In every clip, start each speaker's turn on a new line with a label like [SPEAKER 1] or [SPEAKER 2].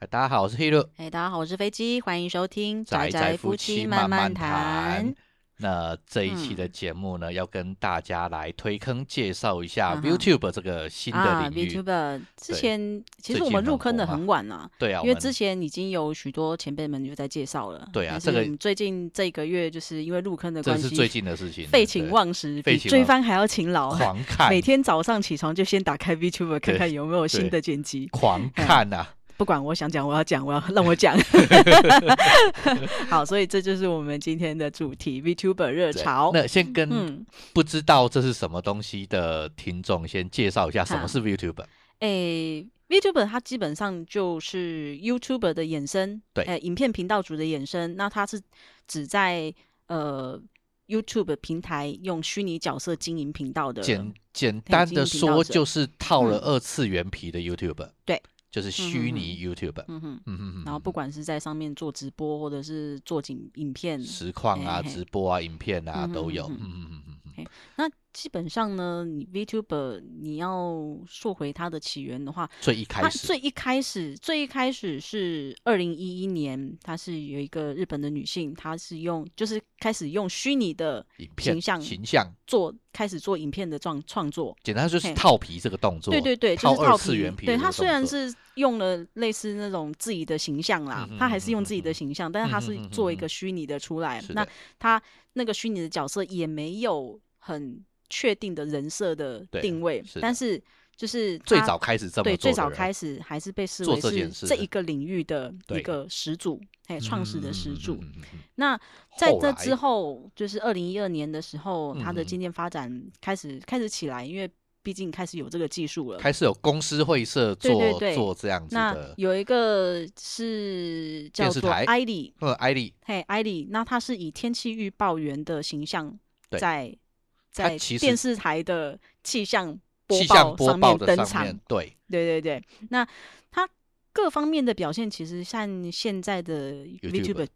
[SPEAKER 1] 哎大家好，我是 Hiro，
[SPEAKER 2] 哎，大家好，我是飞机，欢迎收听
[SPEAKER 1] 宅宅夫妻慢慢谈
[SPEAKER 2] 谈。。嗯
[SPEAKER 1] 那这一期的节目呢，要跟大家来推坑介绍一下
[SPEAKER 2] 嗯哼
[SPEAKER 1] YouTube 这个新
[SPEAKER 2] 啊
[SPEAKER 1] 的领域。
[SPEAKER 2] ，VTuber 之
[SPEAKER 1] 对
[SPEAKER 2] 前其
[SPEAKER 1] 最
[SPEAKER 2] 实我
[SPEAKER 1] 近
[SPEAKER 2] 们
[SPEAKER 1] 很
[SPEAKER 2] 入坑的
[SPEAKER 1] 红啊
[SPEAKER 2] 很晚了、
[SPEAKER 1] 对啊，
[SPEAKER 2] 因为
[SPEAKER 1] 我们
[SPEAKER 2] 之前已经有许多前辈们就在介绍了。
[SPEAKER 1] 对啊
[SPEAKER 2] 但是
[SPEAKER 1] 这个
[SPEAKER 2] 我们最近这个月就是因为入坑的
[SPEAKER 1] 这
[SPEAKER 2] 关
[SPEAKER 1] 是
[SPEAKER 2] 系，
[SPEAKER 1] 最近的事情，
[SPEAKER 2] 废
[SPEAKER 1] 对
[SPEAKER 2] 寝忘食，
[SPEAKER 1] 废
[SPEAKER 2] 比
[SPEAKER 1] 寝
[SPEAKER 2] 追
[SPEAKER 1] 忘
[SPEAKER 2] 番还要勤劳。
[SPEAKER 1] 狂看，
[SPEAKER 2] 每天早上起床就先打开 VTuber 看看有没有新
[SPEAKER 1] 对
[SPEAKER 2] 的剪辑，
[SPEAKER 1] 狂看啊呐、
[SPEAKER 2] 不管我想讲，我要讲，我要让 我讲。 好，所以这就是我们今天的主题 VTuber 热
[SPEAKER 1] 对
[SPEAKER 2] 潮。
[SPEAKER 1] 那先跟
[SPEAKER 2] 嗯，
[SPEAKER 1] 不知道这是什么东西的听众先介绍一下什么
[SPEAKER 2] 好
[SPEAKER 1] 是 VTuber。
[SPEAKER 2] 诶，VTuber 它基本上就是 YouTuber 的衍生，
[SPEAKER 1] 对
[SPEAKER 2] 诶，影片频道主的衍生。那它是只在呃 YouTube 平台用虚拟角色经营频道的，
[SPEAKER 1] 简简
[SPEAKER 2] 对
[SPEAKER 1] 单
[SPEAKER 2] 经
[SPEAKER 1] 的
[SPEAKER 2] 营频道
[SPEAKER 1] 说，
[SPEAKER 2] 者
[SPEAKER 1] 就是套了
[SPEAKER 2] 嗯
[SPEAKER 1] 二次元皮的 YouTuber，、
[SPEAKER 2] 对，
[SPEAKER 1] 就是虚拟 YouTuber，
[SPEAKER 2] 嗯哼。
[SPEAKER 1] 嗯哼哼，
[SPEAKER 2] 然后不管是在上面做直播，或者是做景影片，
[SPEAKER 1] 实况啊、
[SPEAKER 2] 嘿嘿
[SPEAKER 1] 直播啊、影片啊
[SPEAKER 2] 嗯
[SPEAKER 1] 都有，嗯
[SPEAKER 2] 嗯嗯
[SPEAKER 1] 嗯嗯嗯嗯，
[SPEAKER 2] 那基本上呢，你 VTuber 你要说回它的起源的话，
[SPEAKER 1] 最一
[SPEAKER 2] 它
[SPEAKER 1] 开始
[SPEAKER 2] 最一开始，最一开始是二零一一年，她是有一个日本的女性，她是用就是开始用虚拟的
[SPEAKER 1] 影片
[SPEAKER 2] 形象
[SPEAKER 1] 形象，
[SPEAKER 2] 做开始做影片的创创作。
[SPEAKER 1] 简单就是
[SPEAKER 2] 嘿
[SPEAKER 1] 套皮这个动作，
[SPEAKER 2] 对对对，就
[SPEAKER 1] 套
[SPEAKER 2] 是套
[SPEAKER 1] 二次元皮的
[SPEAKER 2] 对
[SPEAKER 1] 这个
[SPEAKER 2] 她虽然
[SPEAKER 1] 动作
[SPEAKER 2] 是用了类似那种自己的形象啦，
[SPEAKER 1] 嗯
[SPEAKER 2] 她还是用
[SPEAKER 1] 嗯
[SPEAKER 2] 自己的形象，但是她是
[SPEAKER 1] 嗯
[SPEAKER 2] 做
[SPEAKER 1] 嗯
[SPEAKER 2] 一个虚拟的出来。
[SPEAKER 1] 是
[SPEAKER 2] 那
[SPEAKER 1] 的
[SPEAKER 2] 她那个虚拟的角色也没有很确定的人设的
[SPEAKER 1] 对
[SPEAKER 2] 定位，
[SPEAKER 1] 是的
[SPEAKER 2] 但是就是
[SPEAKER 1] 最
[SPEAKER 2] 她
[SPEAKER 1] 早开始这么
[SPEAKER 2] 对，
[SPEAKER 1] 做
[SPEAKER 2] 最
[SPEAKER 1] 的
[SPEAKER 2] 早
[SPEAKER 1] 人
[SPEAKER 2] 开始还是被视
[SPEAKER 1] 做
[SPEAKER 2] 为
[SPEAKER 1] 这件事
[SPEAKER 2] 是这一个领域的
[SPEAKER 1] 对
[SPEAKER 2] 一个始祖，哎，创始的始祖。
[SPEAKER 1] 嗯嗯嗯嗯嗯嗯
[SPEAKER 2] 那在
[SPEAKER 1] 后
[SPEAKER 2] 这
[SPEAKER 1] 来
[SPEAKER 2] 之后，就是二零一二年的时候，它的
[SPEAKER 1] 嗯
[SPEAKER 2] 渐渐发展开始开始起来，因为毕竟开始有这个技术了。
[SPEAKER 1] 开始有公司会社
[SPEAKER 2] 对
[SPEAKER 1] 做
[SPEAKER 2] 对对
[SPEAKER 1] 做这样子
[SPEAKER 2] 那
[SPEAKER 1] 的，
[SPEAKER 2] 有一个是叫
[SPEAKER 1] 电视
[SPEAKER 2] 做
[SPEAKER 1] 台
[SPEAKER 2] 艾莉，
[SPEAKER 1] 呃，艾丽，
[SPEAKER 2] 嘿，艾莉，那她是以天气预报员的形象
[SPEAKER 1] 对
[SPEAKER 2] 在
[SPEAKER 1] 她
[SPEAKER 2] 在
[SPEAKER 1] 其实
[SPEAKER 2] 电视台的气象播
[SPEAKER 1] 气象
[SPEAKER 2] 报
[SPEAKER 1] 播
[SPEAKER 2] 上
[SPEAKER 1] 报
[SPEAKER 2] 面
[SPEAKER 1] 的
[SPEAKER 2] 登
[SPEAKER 1] 上
[SPEAKER 2] 场
[SPEAKER 1] 面，，对，
[SPEAKER 2] 对对对，那他各方面的表现其实像现在的
[SPEAKER 1] YouTuber
[SPEAKER 2] VTuber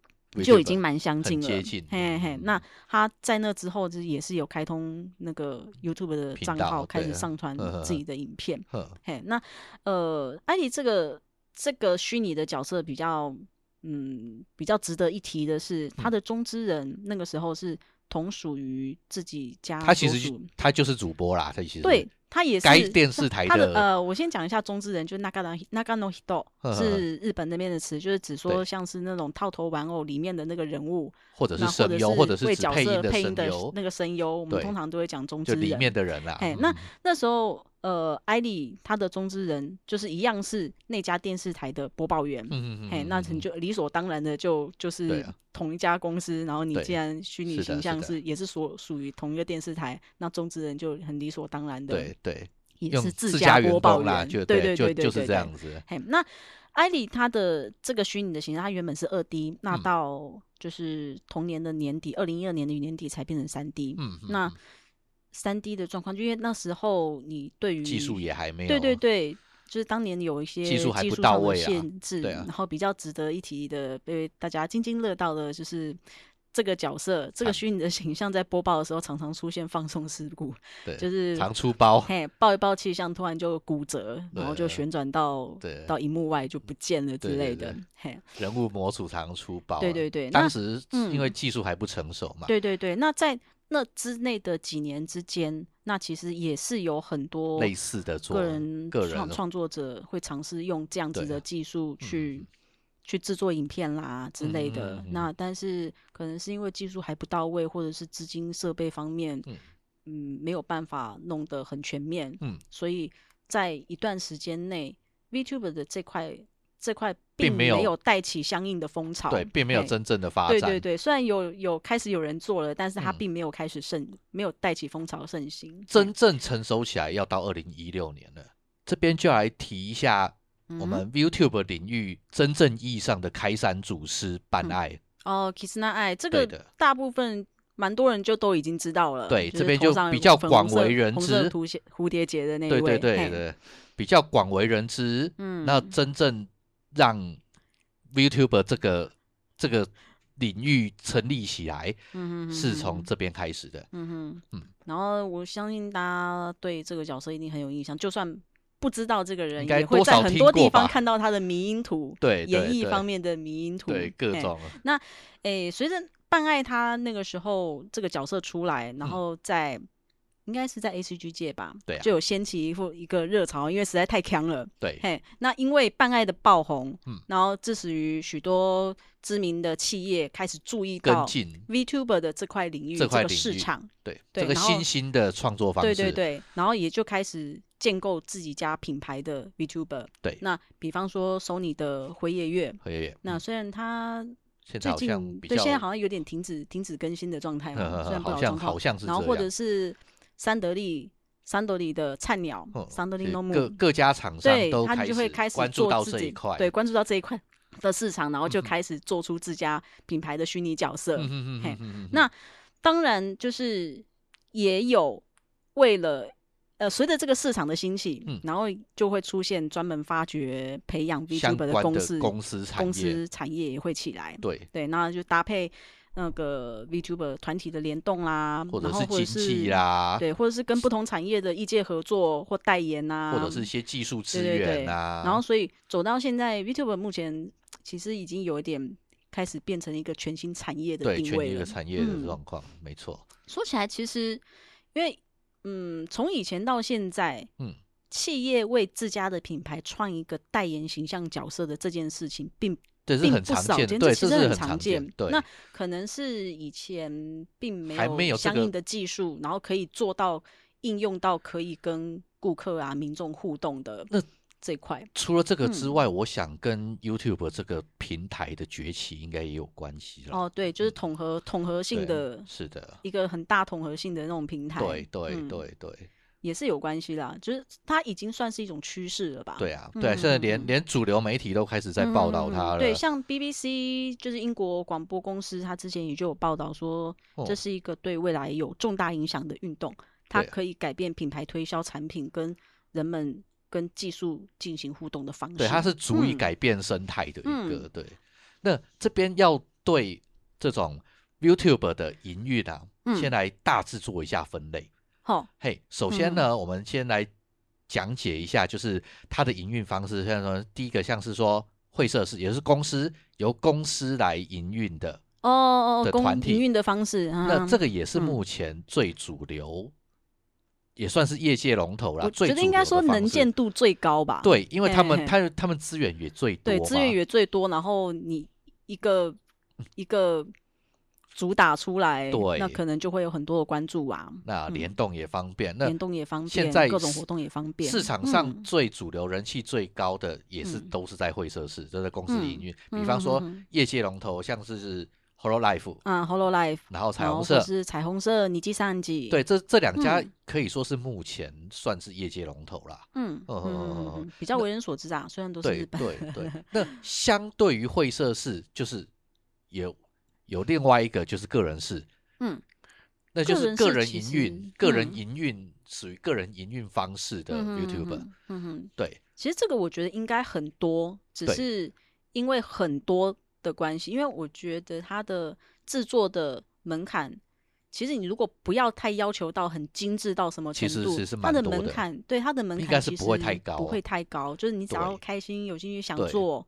[SPEAKER 2] 就
[SPEAKER 1] VTuber
[SPEAKER 2] 已经蛮相近了，
[SPEAKER 1] 很接近
[SPEAKER 2] 嘿嘿
[SPEAKER 1] 嗯，
[SPEAKER 2] 那他在那之后，就是也是有开通那个 YouTube 的
[SPEAKER 1] 频
[SPEAKER 2] 账
[SPEAKER 1] 道
[SPEAKER 2] 号，开
[SPEAKER 1] 对
[SPEAKER 2] 始
[SPEAKER 1] 啊
[SPEAKER 2] 上传
[SPEAKER 1] 呵呵呵
[SPEAKER 2] 自己的影片。
[SPEAKER 1] 呵
[SPEAKER 2] 嘿，那呃，艾迪这个这个虚拟的角色比较，嗯，比较值得一提的是，
[SPEAKER 1] 嗯
[SPEAKER 2] 他的中之人那个时候是同属于自己家所属，
[SPEAKER 1] 他其实就他就是主播啦，他其实
[SPEAKER 2] 对他也是
[SPEAKER 1] 该电视台
[SPEAKER 2] 他的
[SPEAKER 1] 的
[SPEAKER 2] 呃，我先讲一下中之人，就是 nagano nagano hito
[SPEAKER 1] 呵呵
[SPEAKER 2] 是日本那边的词，就是只
[SPEAKER 1] 对
[SPEAKER 2] 说像是那种套头玩偶里面的那个人物，
[SPEAKER 1] 或者
[SPEAKER 2] 那
[SPEAKER 1] 是声优，
[SPEAKER 2] 或
[SPEAKER 1] 或者是
[SPEAKER 2] 为
[SPEAKER 1] 指
[SPEAKER 2] 角
[SPEAKER 1] 配音
[SPEAKER 2] 色
[SPEAKER 1] 的
[SPEAKER 2] 配音
[SPEAKER 1] 声
[SPEAKER 2] 的
[SPEAKER 1] 优，
[SPEAKER 2] 那个声优，我们
[SPEAKER 1] 对
[SPEAKER 2] 通常都会讲中
[SPEAKER 1] 就
[SPEAKER 2] 之
[SPEAKER 1] 里面
[SPEAKER 2] 人。
[SPEAKER 1] 的人啦。
[SPEAKER 2] 哎
[SPEAKER 1] 嗯
[SPEAKER 2] 那那时候呃，艾莉她的中之人就是一样是那家电视台的播报员。
[SPEAKER 1] 嗯嗯
[SPEAKER 2] 哎，那你就理所当然的就就
[SPEAKER 1] 对
[SPEAKER 2] 是
[SPEAKER 1] 啊
[SPEAKER 2] 同一家公司，然后你
[SPEAKER 1] 对
[SPEAKER 2] 既然虚
[SPEAKER 1] 是
[SPEAKER 2] 拟
[SPEAKER 1] 的
[SPEAKER 2] 形
[SPEAKER 1] 是
[SPEAKER 2] 象
[SPEAKER 1] 的
[SPEAKER 2] 是也是所属于同一个电视台，那中之人就很理所当然的
[SPEAKER 1] 对对，
[SPEAKER 2] 也
[SPEAKER 1] 用
[SPEAKER 2] 是自
[SPEAKER 1] 家
[SPEAKER 2] 家
[SPEAKER 1] 员
[SPEAKER 2] 播报
[SPEAKER 1] 工
[SPEAKER 2] 员，
[SPEAKER 1] 啦，就
[SPEAKER 2] 对
[SPEAKER 1] 对，就
[SPEAKER 2] 对对对，
[SPEAKER 1] 就是
[SPEAKER 2] 对
[SPEAKER 1] 这。样子。
[SPEAKER 2] 嘿，那艾莉她的这个虚拟的形象，她原本是二 D，那
[SPEAKER 1] 嗯
[SPEAKER 2] 到就是同年的年底，二零一二年的年底才变成三 D、
[SPEAKER 1] 嗯，嗯
[SPEAKER 2] 那
[SPEAKER 1] 嗯
[SPEAKER 2] 三 D 的状况，就因为那时候你对于
[SPEAKER 1] 技术也还没有，啊
[SPEAKER 2] 对对对，就是当年有一些
[SPEAKER 1] 技术还不
[SPEAKER 2] 上
[SPEAKER 1] 到
[SPEAKER 2] 的
[SPEAKER 1] 位啊
[SPEAKER 2] 限制，
[SPEAKER 1] 对啊
[SPEAKER 2] 然后比较值得一提的，被大家津津乐道的就是。这个角色，这个
[SPEAKER 1] 惨
[SPEAKER 2] 虚拟的形象在播报的时候，常常出现放松事故，
[SPEAKER 1] 对，
[SPEAKER 2] 就是
[SPEAKER 1] 常出包，
[SPEAKER 2] 嘿，抱一抱气象突然就骨折，然后就
[SPEAKER 1] 对
[SPEAKER 2] 旋转到
[SPEAKER 1] 对
[SPEAKER 2] 到荧幕外就不见了之
[SPEAKER 1] 对对
[SPEAKER 2] 类
[SPEAKER 1] 对
[SPEAKER 2] 的。嘿，
[SPEAKER 1] 人物模组常出包啊。
[SPEAKER 2] 对对对，那
[SPEAKER 1] 当时
[SPEAKER 2] 嗯
[SPEAKER 1] 因为技术还不成熟嘛，
[SPEAKER 2] 对对对，那在那之内的几年之间，那其实也是有很多
[SPEAKER 1] 类似的做
[SPEAKER 2] 个人
[SPEAKER 1] 个
[SPEAKER 2] 创
[SPEAKER 1] 人
[SPEAKER 2] 创作者会尝试用这样子
[SPEAKER 1] 对啊
[SPEAKER 2] 的技术
[SPEAKER 1] 嗯
[SPEAKER 2] 去。去制作影片啦之类
[SPEAKER 1] 嗯
[SPEAKER 2] 的，
[SPEAKER 1] 嗯嗯嗯
[SPEAKER 2] 那但是可能是因为技术还不到位，或者是资金设备方面，
[SPEAKER 1] 嗯
[SPEAKER 2] 嗯没有办法弄得很全面，
[SPEAKER 1] 嗯
[SPEAKER 2] 所以在一段时间内，VTuber 的这块这块
[SPEAKER 1] 并没
[SPEAKER 2] 没
[SPEAKER 1] 有
[SPEAKER 2] 有带起相应的风潮，
[SPEAKER 1] 对，并没有
[SPEAKER 2] 嘿
[SPEAKER 1] 真正的发
[SPEAKER 2] 对
[SPEAKER 1] 展。
[SPEAKER 2] 对对，虽然有有开始有人做了，但是它
[SPEAKER 1] 嗯
[SPEAKER 2] 并没有开始盛，没有带起风潮盛行。
[SPEAKER 1] 真正成熟起来要到二零一六年了。这边就来提一下
[SPEAKER 2] 嗯
[SPEAKER 1] 我们 YouTube 领域真正意义上的开山祖师班爱。
[SPEAKER 2] 哦，Kissna 爱这
[SPEAKER 1] 对
[SPEAKER 2] 个
[SPEAKER 1] 的
[SPEAKER 2] 大部分蛮多人就都已经知道了，
[SPEAKER 1] 对
[SPEAKER 2] 是
[SPEAKER 1] 这边
[SPEAKER 2] 头
[SPEAKER 1] 就
[SPEAKER 2] 上
[SPEAKER 1] 比较
[SPEAKER 2] 粉
[SPEAKER 1] 广
[SPEAKER 2] 红色
[SPEAKER 1] 为人
[SPEAKER 2] 红色
[SPEAKER 1] 知
[SPEAKER 2] 蝴蝶蝴蝶结的那一
[SPEAKER 1] 对对
[SPEAKER 2] 位，
[SPEAKER 1] 对
[SPEAKER 2] 嘿，
[SPEAKER 1] 对，比较广为人知。
[SPEAKER 2] 嗯，
[SPEAKER 1] 那真正让 YouTube 这个这个领域成立起来，
[SPEAKER 2] 嗯哼
[SPEAKER 1] 是
[SPEAKER 2] 哼
[SPEAKER 1] 从
[SPEAKER 2] 哼
[SPEAKER 1] 这边开始的。
[SPEAKER 2] 嗯哼
[SPEAKER 1] 嗯
[SPEAKER 2] 嗯，然后我相信大家对这个角色一定很有印象，就算不知道这个人，
[SPEAKER 1] 应该
[SPEAKER 2] 也会
[SPEAKER 1] 多
[SPEAKER 2] 在
[SPEAKER 1] 少
[SPEAKER 2] 很
[SPEAKER 1] 听
[SPEAKER 2] 多地
[SPEAKER 1] 过
[SPEAKER 2] 方
[SPEAKER 1] 吧
[SPEAKER 2] 看到他的迷因图，
[SPEAKER 1] 对
[SPEAKER 2] 演
[SPEAKER 1] 对
[SPEAKER 2] 艺
[SPEAKER 1] 对
[SPEAKER 2] 方面的迷因图，
[SPEAKER 1] 对各
[SPEAKER 2] 嘿
[SPEAKER 1] 种啊
[SPEAKER 2] 诶，随着半爱他那个时候这个角色出来，然
[SPEAKER 1] 嗯
[SPEAKER 2] 后在、应该是在 A C G 界吧，
[SPEAKER 1] 对啊
[SPEAKER 2] 就有掀起一副一个热潮，因为实在太强了。
[SPEAKER 1] 对
[SPEAKER 2] 嘿，那因为半爱的爆红，
[SPEAKER 1] 嗯
[SPEAKER 2] 然后致使于许多知名的企业开始注意
[SPEAKER 1] 跟
[SPEAKER 2] 到
[SPEAKER 1] 进
[SPEAKER 2] VTuber 的这块领域
[SPEAKER 1] 这块
[SPEAKER 2] 个
[SPEAKER 1] 领
[SPEAKER 2] 市
[SPEAKER 1] 域
[SPEAKER 2] 场，
[SPEAKER 1] 对
[SPEAKER 2] 对
[SPEAKER 1] 这个
[SPEAKER 2] 然后
[SPEAKER 1] 新兴的创作方
[SPEAKER 2] 对
[SPEAKER 1] 式，
[SPEAKER 2] 对对，然后也就开始建构自己家品牌的 VTuber。
[SPEAKER 1] 对
[SPEAKER 2] 那比方说 Sony 的辉夜月，
[SPEAKER 1] 对，
[SPEAKER 2] 那
[SPEAKER 1] 嗯
[SPEAKER 2] 虽然它
[SPEAKER 1] 现在
[SPEAKER 2] 最
[SPEAKER 1] 好像
[SPEAKER 2] 近
[SPEAKER 1] 比较
[SPEAKER 2] 对，现在好像有点停止停止更新的状态嘛，
[SPEAKER 1] 呃
[SPEAKER 2] 虽然不
[SPEAKER 1] 好
[SPEAKER 2] 好
[SPEAKER 1] 像
[SPEAKER 2] 状
[SPEAKER 1] 好
[SPEAKER 2] 况。
[SPEAKER 1] 像是
[SPEAKER 2] 然后
[SPEAKER 1] 这
[SPEAKER 2] 或
[SPEAKER 1] 样
[SPEAKER 2] 者是三得利三得利的菜鸟
[SPEAKER 1] 嗯
[SPEAKER 2] 三得利
[SPEAKER 1] 对
[SPEAKER 2] no
[SPEAKER 1] 各
[SPEAKER 2] m
[SPEAKER 1] 各家厂商
[SPEAKER 2] 对
[SPEAKER 1] 都
[SPEAKER 2] 他们就会开始
[SPEAKER 1] 关注
[SPEAKER 2] 做
[SPEAKER 1] 到
[SPEAKER 2] 自
[SPEAKER 1] 这一
[SPEAKER 2] 己
[SPEAKER 1] 块，
[SPEAKER 2] 对关注到这一块的市场，然后就
[SPEAKER 1] 嗯哼
[SPEAKER 2] 开始做出自家品牌的虚拟角色。
[SPEAKER 1] 嗯哼哼
[SPEAKER 2] 嘿
[SPEAKER 1] 哼哼哼
[SPEAKER 2] 那当然就是也有为了。呃，随着这个市场的兴起，
[SPEAKER 1] 嗯
[SPEAKER 2] 然后就会出现专门发掘、培养
[SPEAKER 1] 相
[SPEAKER 2] VTuber
[SPEAKER 1] 关
[SPEAKER 2] 公
[SPEAKER 1] 的
[SPEAKER 2] 司，
[SPEAKER 1] 公司产
[SPEAKER 2] 公
[SPEAKER 1] 业，
[SPEAKER 2] 司产业也会起来。
[SPEAKER 1] 对，
[SPEAKER 2] 对，那就搭配那个 VTuber 团体的联动啦，
[SPEAKER 1] 或者
[SPEAKER 2] 然后或
[SPEAKER 1] 经
[SPEAKER 2] 者
[SPEAKER 1] 济
[SPEAKER 2] 是、
[SPEAKER 1] 啦，
[SPEAKER 2] 对，或者是跟不同产业的业界合作或代言啊，
[SPEAKER 1] 或者是一些技术资
[SPEAKER 2] 对对对
[SPEAKER 1] 源啊，
[SPEAKER 2] 然后所以走到现在，VTuber 目前其实已经有一点开始变成一个全新产业的
[SPEAKER 1] 对
[SPEAKER 2] 定
[SPEAKER 1] 全
[SPEAKER 2] 位
[SPEAKER 1] 一
[SPEAKER 2] 了
[SPEAKER 1] 个。产业的
[SPEAKER 2] 嗯
[SPEAKER 1] 状况，没错，
[SPEAKER 2] 说起来，其实因为嗯，从以前到现在，
[SPEAKER 1] 嗯，
[SPEAKER 2] 企业为自家的品牌创一个代言形象角色的这件事情，并
[SPEAKER 1] 这是
[SPEAKER 2] 并
[SPEAKER 1] 很
[SPEAKER 2] 不
[SPEAKER 1] 常
[SPEAKER 2] 少
[SPEAKER 1] 见，
[SPEAKER 2] 见，
[SPEAKER 1] 对，
[SPEAKER 2] 其
[SPEAKER 1] 这
[SPEAKER 2] 实
[SPEAKER 1] 是
[SPEAKER 2] 常
[SPEAKER 1] 常见，对，
[SPEAKER 2] 那可能是以前并没
[SPEAKER 1] 还没有这
[SPEAKER 2] 相
[SPEAKER 1] 个
[SPEAKER 2] 应的技术，然后可以做到应用到可以跟顾客啊、民众互动的
[SPEAKER 1] 那
[SPEAKER 2] 这一块。
[SPEAKER 1] 除了这个之
[SPEAKER 2] 嗯
[SPEAKER 1] 外，我想跟 YouTube 这个平台的崛起应该也有关系了。
[SPEAKER 2] 哦，对，就是
[SPEAKER 1] 嗯
[SPEAKER 2] 统合统合性
[SPEAKER 1] 对，
[SPEAKER 2] 的
[SPEAKER 1] 是的，
[SPEAKER 2] 一个很大统合性的那种平台，
[SPEAKER 1] 对对
[SPEAKER 2] 嗯
[SPEAKER 1] 对对
[SPEAKER 2] 也是有关系啦。就是它已经算是一种趋势了吧？
[SPEAKER 1] 对啊，
[SPEAKER 2] 嗯
[SPEAKER 1] 对啊，现在
[SPEAKER 2] 嗯
[SPEAKER 1] 连
[SPEAKER 2] 嗯
[SPEAKER 1] 连主流媒体都开始在报道
[SPEAKER 2] 嗯嗯嗯
[SPEAKER 1] 它了。
[SPEAKER 2] 对，像 BBC 就是英国广播公司，它之前也就有报道说，
[SPEAKER 1] 哦
[SPEAKER 2] 这是一个对未来有重大影响的运动，它
[SPEAKER 1] 对
[SPEAKER 2] 可以改变品牌推销产品跟人们跟技术进行互动的方式。
[SPEAKER 1] 对，它是足以
[SPEAKER 2] 嗯
[SPEAKER 1] 改变生态的一个。
[SPEAKER 2] 嗯
[SPEAKER 1] 对，那这边要对这种 YouTube 的营运啊，
[SPEAKER 2] 嗯
[SPEAKER 1] 先来大致做一下分类。
[SPEAKER 2] 吼，
[SPEAKER 1] 嘿，首先呢，
[SPEAKER 2] 嗯
[SPEAKER 1] 我们先来讲解一下，就是它的营运方式。像说，第一个像是说会社是，也就是公司由公司来营运的，
[SPEAKER 2] 哦哦哦，
[SPEAKER 1] 的
[SPEAKER 2] 公
[SPEAKER 1] 团体
[SPEAKER 2] 营运的方式，
[SPEAKER 1] 那
[SPEAKER 2] 嗯
[SPEAKER 1] 这个也是
[SPEAKER 2] 嗯
[SPEAKER 1] 目前最主流，也算是业界龙头啦
[SPEAKER 2] 我。
[SPEAKER 1] 最
[SPEAKER 2] 觉得应该说能见度最高吧？
[SPEAKER 1] 对，因为他
[SPEAKER 2] 嘿
[SPEAKER 1] 们
[SPEAKER 2] 嘿
[SPEAKER 1] 他他们资源也最多
[SPEAKER 2] 对
[SPEAKER 1] 嘛，
[SPEAKER 2] 资源也最多，然后你一个一个主打出来，
[SPEAKER 1] 对
[SPEAKER 2] 那可能就会有很多的关注啊。
[SPEAKER 1] 那
[SPEAKER 2] 嗯
[SPEAKER 1] 联动也方便。那
[SPEAKER 2] 联动也方便，
[SPEAKER 1] 现在
[SPEAKER 2] 各种
[SPEAKER 1] 市
[SPEAKER 2] 活动也方便。
[SPEAKER 1] 市场上
[SPEAKER 2] 嗯
[SPEAKER 1] 最主流、人气最高的也是
[SPEAKER 2] 嗯
[SPEAKER 1] 都是在会社室，都在公司营运。
[SPEAKER 2] 嗯
[SPEAKER 1] 比方说
[SPEAKER 2] 嗯嗯嗯
[SPEAKER 1] 业界龙头，像是 HoloLife，
[SPEAKER 2] 啊，Hololive，
[SPEAKER 1] 然后彩
[SPEAKER 2] 然后
[SPEAKER 1] 虹
[SPEAKER 2] 哦或
[SPEAKER 1] 社，
[SPEAKER 2] 是彩虹社、尼基三级，
[SPEAKER 1] 对，，这这两家
[SPEAKER 2] 嗯
[SPEAKER 1] 可以说是目前算是业界龙头啦。
[SPEAKER 2] 嗯
[SPEAKER 1] 哦
[SPEAKER 2] 嗯
[SPEAKER 1] 哦
[SPEAKER 2] 嗯
[SPEAKER 1] 哦
[SPEAKER 2] 嗯
[SPEAKER 1] 哦
[SPEAKER 2] 嗯，比较为人所知啊，虽然都是
[SPEAKER 1] 对
[SPEAKER 2] 日本，
[SPEAKER 1] 对 对，那相对于会社室，就是有有另外一个就是个人室，
[SPEAKER 2] 嗯，
[SPEAKER 1] 那就是
[SPEAKER 2] 个
[SPEAKER 1] 个
[SPEAKER 2] 人
[SPEAKER 1] 人
[SPEAKER 2] 室
[SPEAKER 1] 营
[SPEAKER 2] 其
[SPEAKER 1] 运
[SPEAKER 2] 实，
[SPEAKER 1] 个人
[SPEAKER 2] 嗯
[SPEAKER 1] 营运属于个人营运方式的
[SPEAKER 2] 嗯
[SPEAKER 1] YouTuber，
[SPEAKER 2] 嗯嗯嗯，
[SPEAKER 1] 对
[SPEAKER 2] 其实这个我觉得应该很多，只
[SPEAKER 1] 对
[SPEAKER 2] 是因为很多的关系，因为我觉得它的制作的门槛，其实你如果不要太要求到很精致到什么程
[SPEAKER 1] 其实
[SPEAKER 2] 度
[SPEAKER 1] 其实，
[SPEAKER 2] 它
[SPEAKER 1] 蛮
[SPEAKER 2] 的
[SPEAKER 1] 多
[SPEAKER 2] 门
[SPEAKER 1] 的
[SPEAKER 2] 槛，对它的门
[SPEAKER 1] 应
[SPEAKER 2] 槛
[SPEAKER 1] 该是
[SPEAKER 2] 其
[SPEAKER 1] 不会
[SPEAKER 2] 实
[SPEAKER 1] 太高
[SPEAKER 2] 不会太高，就是你只要
[SPEAKER 1] 对
[SPEAKER 2] 开心、有兴趣、想
[SPEAKER 1] 对
[SPEAKER 2] 做，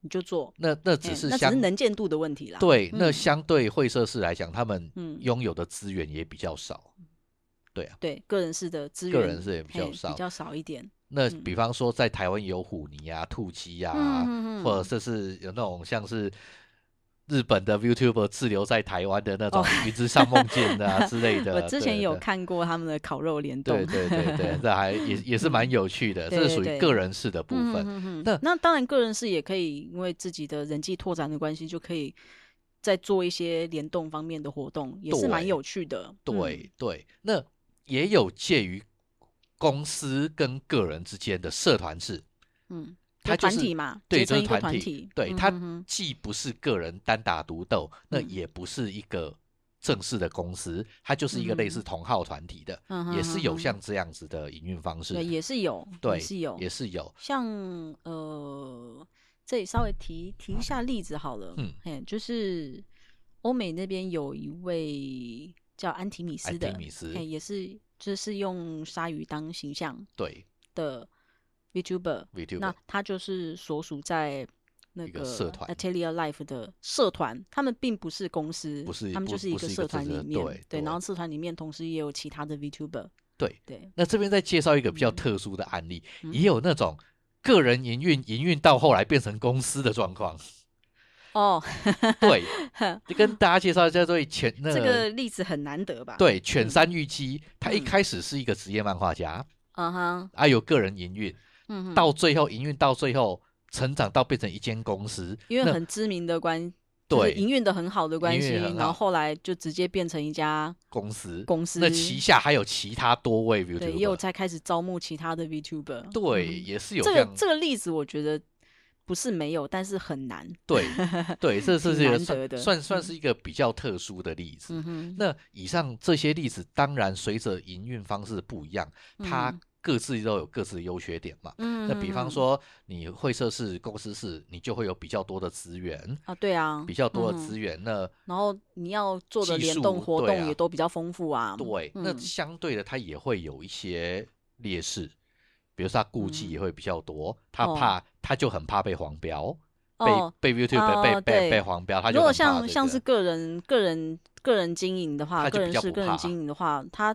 [SPEAKER 2] 你就做，
[SPEAKER 1] 那那
[SPEAKER 2] 哎
[SPEAKER 1] 只是
[SPEAKER 2] 那只
[SPEAKER 1] 相
[SPEAKER 2] 是能见度的问题啦。
[SPEAKER 1] 对，那
[SPEAKER 2] 嗯
[SPEAKER 1] 相对会社室来讲，他们
[SPEAKER 2] 嗯
[SPEAKER 1] 拥有的资源也比较少。对啊，
[SPEAKER 2] 对，个人式的资源，
[SPEAKER 1] 个人是也比较
[SPEAKER 2] 嘿
[SPEAKER 1] 少
[SPEAKER 2] 比较少一点。
[SPEAKER 1] 那
[SPEAKER 2] 嗯
[SPEAKER 1] 比方说在台湾有虎尼啊、兔鸡啊，
[SPEAKER 2] 嗯嗯嗯
[SPEAKER 1] 或者这是有那种像是日本的 YouTuber 滞留在台湾的那种《云之上梦见》的 啊之类的。
[SPEAKER 2] 哦我之前
[SPEAKER 1] 对
[SPEAKER 2] 有
[SPEAKER 1] 对
[SPEAKER 2] 看过他们的烤肉联动，
[SPEAKER 1] 对对对对，这还 也也是蛮有趣的，
[SPEAKER 2] 对
[SPEAKER 1] 这是
[SPEAKER 2] 对
[SPEAKER 1] 属于
[SPEAKER 2] 嗯对
[SPEAKER 1] 个人式的部
[SPEAKER 2] 嗯
[SPEAKER 1] 分。
[SPEAKER 2] 嗯嗯嗯
[SPEAKER 1] 那
[SPEAKER 2] 那当然，个人是也可以因为自己的人际拓展的关系，就可以再做一些联动方面的活动，也是蛮
[SPEAKER 1] 对
[SPEAKER 2] 有趣的。嗯
[SPEAKER 1] 对对，那也有介于公司跟个人之间的社团式，
[SPEAKER 2] 嗯，嗯，
[SPEAKER 1] 它
[SPEAKER 2] 就
[SPEAKER 1] 就
[SPEAKER 2] 团
[SPEAKER 1] 是
[SPEAKER 2] 体嘛，
[SPEAKER 1] 对，
[SPEAKER 2] 结
[SPEAKER 1] 就
[SPEAKER 2] 成
[SPEAKER 1] 是
[SPEAKER 2] 一个
[SPEAKER 1] 团
[SPEAKER 2] 体，
[SPEAKER 1] 对，
[SPEAKER 2] 嗯
[SPEAKER 1] 它
[SPEAKER 2] 哼哼
[SPEAKER 1] 既不是个人单打独斗，那
[SPEAKER 2] 嗯
[SPEAKER 1] 也不是一个正式的公司，它就是一个类似
[SPEAKER 2] 嗯
[SPEAKER 1] 同号团体的，
[SPEAKER 2] 嗯哼
[SPEAKER 1] 也是有
[SPEAKER 2] 哼哼
[SPEAKER 1] 像这样子的营运方式
[SPEAKER 2] 对，。也是有，
[SPEAKER 1] 对，
[SPEAKER 2] 也是有，
[SPEAKER 1] 也是有。
[SPEAKER 2] 像呃，这里稍微提提一下例子好了，
[SPEAKER 1] 嗯
[SPEAKER 2] 嘿，就是欧美那边有一位叫安提米斯
[SPEAKER 1] 安
[SPEAKER 2] 的，
[SPEAKER 1] 提米斯
[SPEAKER 2] 嘿，也是就是用鲨鱼当形象
[SPEAKER 1] 对，
[SPEAKER 2] 的 VTuber，那
[SPEAKER 1] VTuber，
[SPEAKER 2] 他就是所属在那
[SPEAKER 1] 一个社团
[SPEAKER 2] Atelier Life 的社团，他们并不是公司，
[SPEAKER 1] 不是
[SPEAKER 2] 他们
[SPEAKER 1] 不
[SPEAKER 2] 就是一
[SPEAKER 1] 不
[SPEAKER 2] 个
[SPEAKER 1] 是一
[SPEAKER 2] 社
[SPEAKER 1] 个
[SPEAKER 2] 团
[SPEAKER 1] 自己
[SPEAKER 2] 里
[SPEAKER 1] 的
[SPEAKER 2] 面，
[SPEAKER 1] 对对
[SPEAKER 2] 然后社团里面同时也有其他的 VTuber，
[SPEAKER 1] 对
[SPEAKER 2] 对，
[SPEAKER 1] 那这边再介绍一个比较
[SPEAKER 2] 嗯
[SPEAKER 1] 特殊的案例，
[SPEAKER 2] 嗯
[SPEAKER 1] 也有那种个人营运，营运到后来变成公司的状况。
[SPEAKER 2] 哦，
[SPEAKER 1] 对，就跟大家介绍一下，对犬那
[SPEAKER 2] 这个例子很难得吧？，
[SPEAKER 1] 呃对犬
[SPEAKER 2] 嗯
[SPEAKER 1] 山玉姬，他一
[SPEAKER 2] 嗯
[SPEAKER 1] 开始是一个职业漫画家，
[SPEAKER 2] 嗯哼，
[SPEAKER 1] 啊，有个人营运，
[SPEAKER 2] 嗯哼，
[SPEAKER 1] 到最后营运到最后成长到变成一间公司，
[SPEAKER 2] 因为
[SPEAKER 1] 那
[SPEAKER 2] 很知名的关，就是
[SPEAKER 1] 对
[SPEAKER 2] 营运的很好的关
[SPEAKER 1] 营运
[SPEAKER 2] 系，
[SPEAKER 1] 很
[SPEAKER 2] 然后
[SPEAKER 1] 好
[SPEAKER 2] 后来就直接变成一家
[SPEAKER 1] 公司，
[SPEAKER 2] 公司，
[SPEAKER 1] 那旗下还有其他多位 v i t
[SPEAKER 2] 对，又再开始招募其他的 VTuber，
[SPEAKER 1] 对，
[SPEAKER 2] 嗯哼
[SPEAKER 1] 也是有
[SPEAKER 2] 这
[SPEAKER 1] 这
[SPEAKER 2] 个
[SPEAKER 1] 样，
[SPEAKER 2] 这个例子，我觉觉得不是没有，但是很难。
[SPEAKER 1] 对对， 这是
[SPEAKER 2] 挺
[SPEAKER 1] 这个
[SPEAKER 2] 难得的
[SPEAKER 1] 算算算
[SPEAKER 2] 嗯
[SPEAKER 1] 是一个比较特殊的例子。
[SPEAKER 2] 嗯哼，
[SPEAKER 1] 那以上这些例子，当然随着营运方式不一样，它
[SPEAKER 2] 嗯
[SPEAKER 1] 各自都有各自的优缺点嘛。
[SPEAKER 2] 嗯
[SPEAKER 1] 那比方说，你会社是公司是，你就会有比较多的资源，
[SPEAKER 2] 啊，对啊，
[SPEAKER 1] 比较多
[SPEAKER 2] 嗯
[SPEAKER 1] 的
[SPEAKER 2] 哼
[SPEAKER 1] 资源。那
[SPEAKER 2] 然后你要做的
[SPEAKER 1] 技
[SPEAKER 2] 联动
[SPEAKER 1] 术
[SPEAKER 2] 活
[SPEAKER 1] 对
[SPEAKER 2] 动
[SPEAKER 1] 啊
[SPEAKER 2] 也都比较丰富啊。
[SPEAKER 1] 对，那
[SPEAKER 2] 嗯
[SPEAKER 1] 相对的，它也会有一些劣势，比如说它顾忌也会比较多，他
[SPEAKER 2] 嗯哦
[SPEAKER 1] 怕，他就很怕被黄标，
[SPEAKER 2] 哦，
[SPEAKER 1] 被被 YouTube 被
[SPEAKER 2] 哦
[SPEAKER 1] 被
[SPEAKER 2] 对
[SPEAKER 1] 被黄标，他就
[SPEAKER 2] 如果
[SPEAKER 1] 很怕
[SPEAKER 2] 像
[SPEAKER 1] 这
[SPEAKER 2] 像
[SPEAKER 1] 个
[SPEAKER 2] 是个人个人个人经营的话，
[SPEAKER 1] 他就
[SPEAKER 2] 个
[SPEAKER 1] 比
[SPEAKER 2] 人
[SPEAKER 1] 较
[SPEAKER 2] 是
[SPEAKER 1] 不
[SPEAKER 2] 个
[SPEAKER 1] 怕
[SPEAKER 2] 人经营的话，他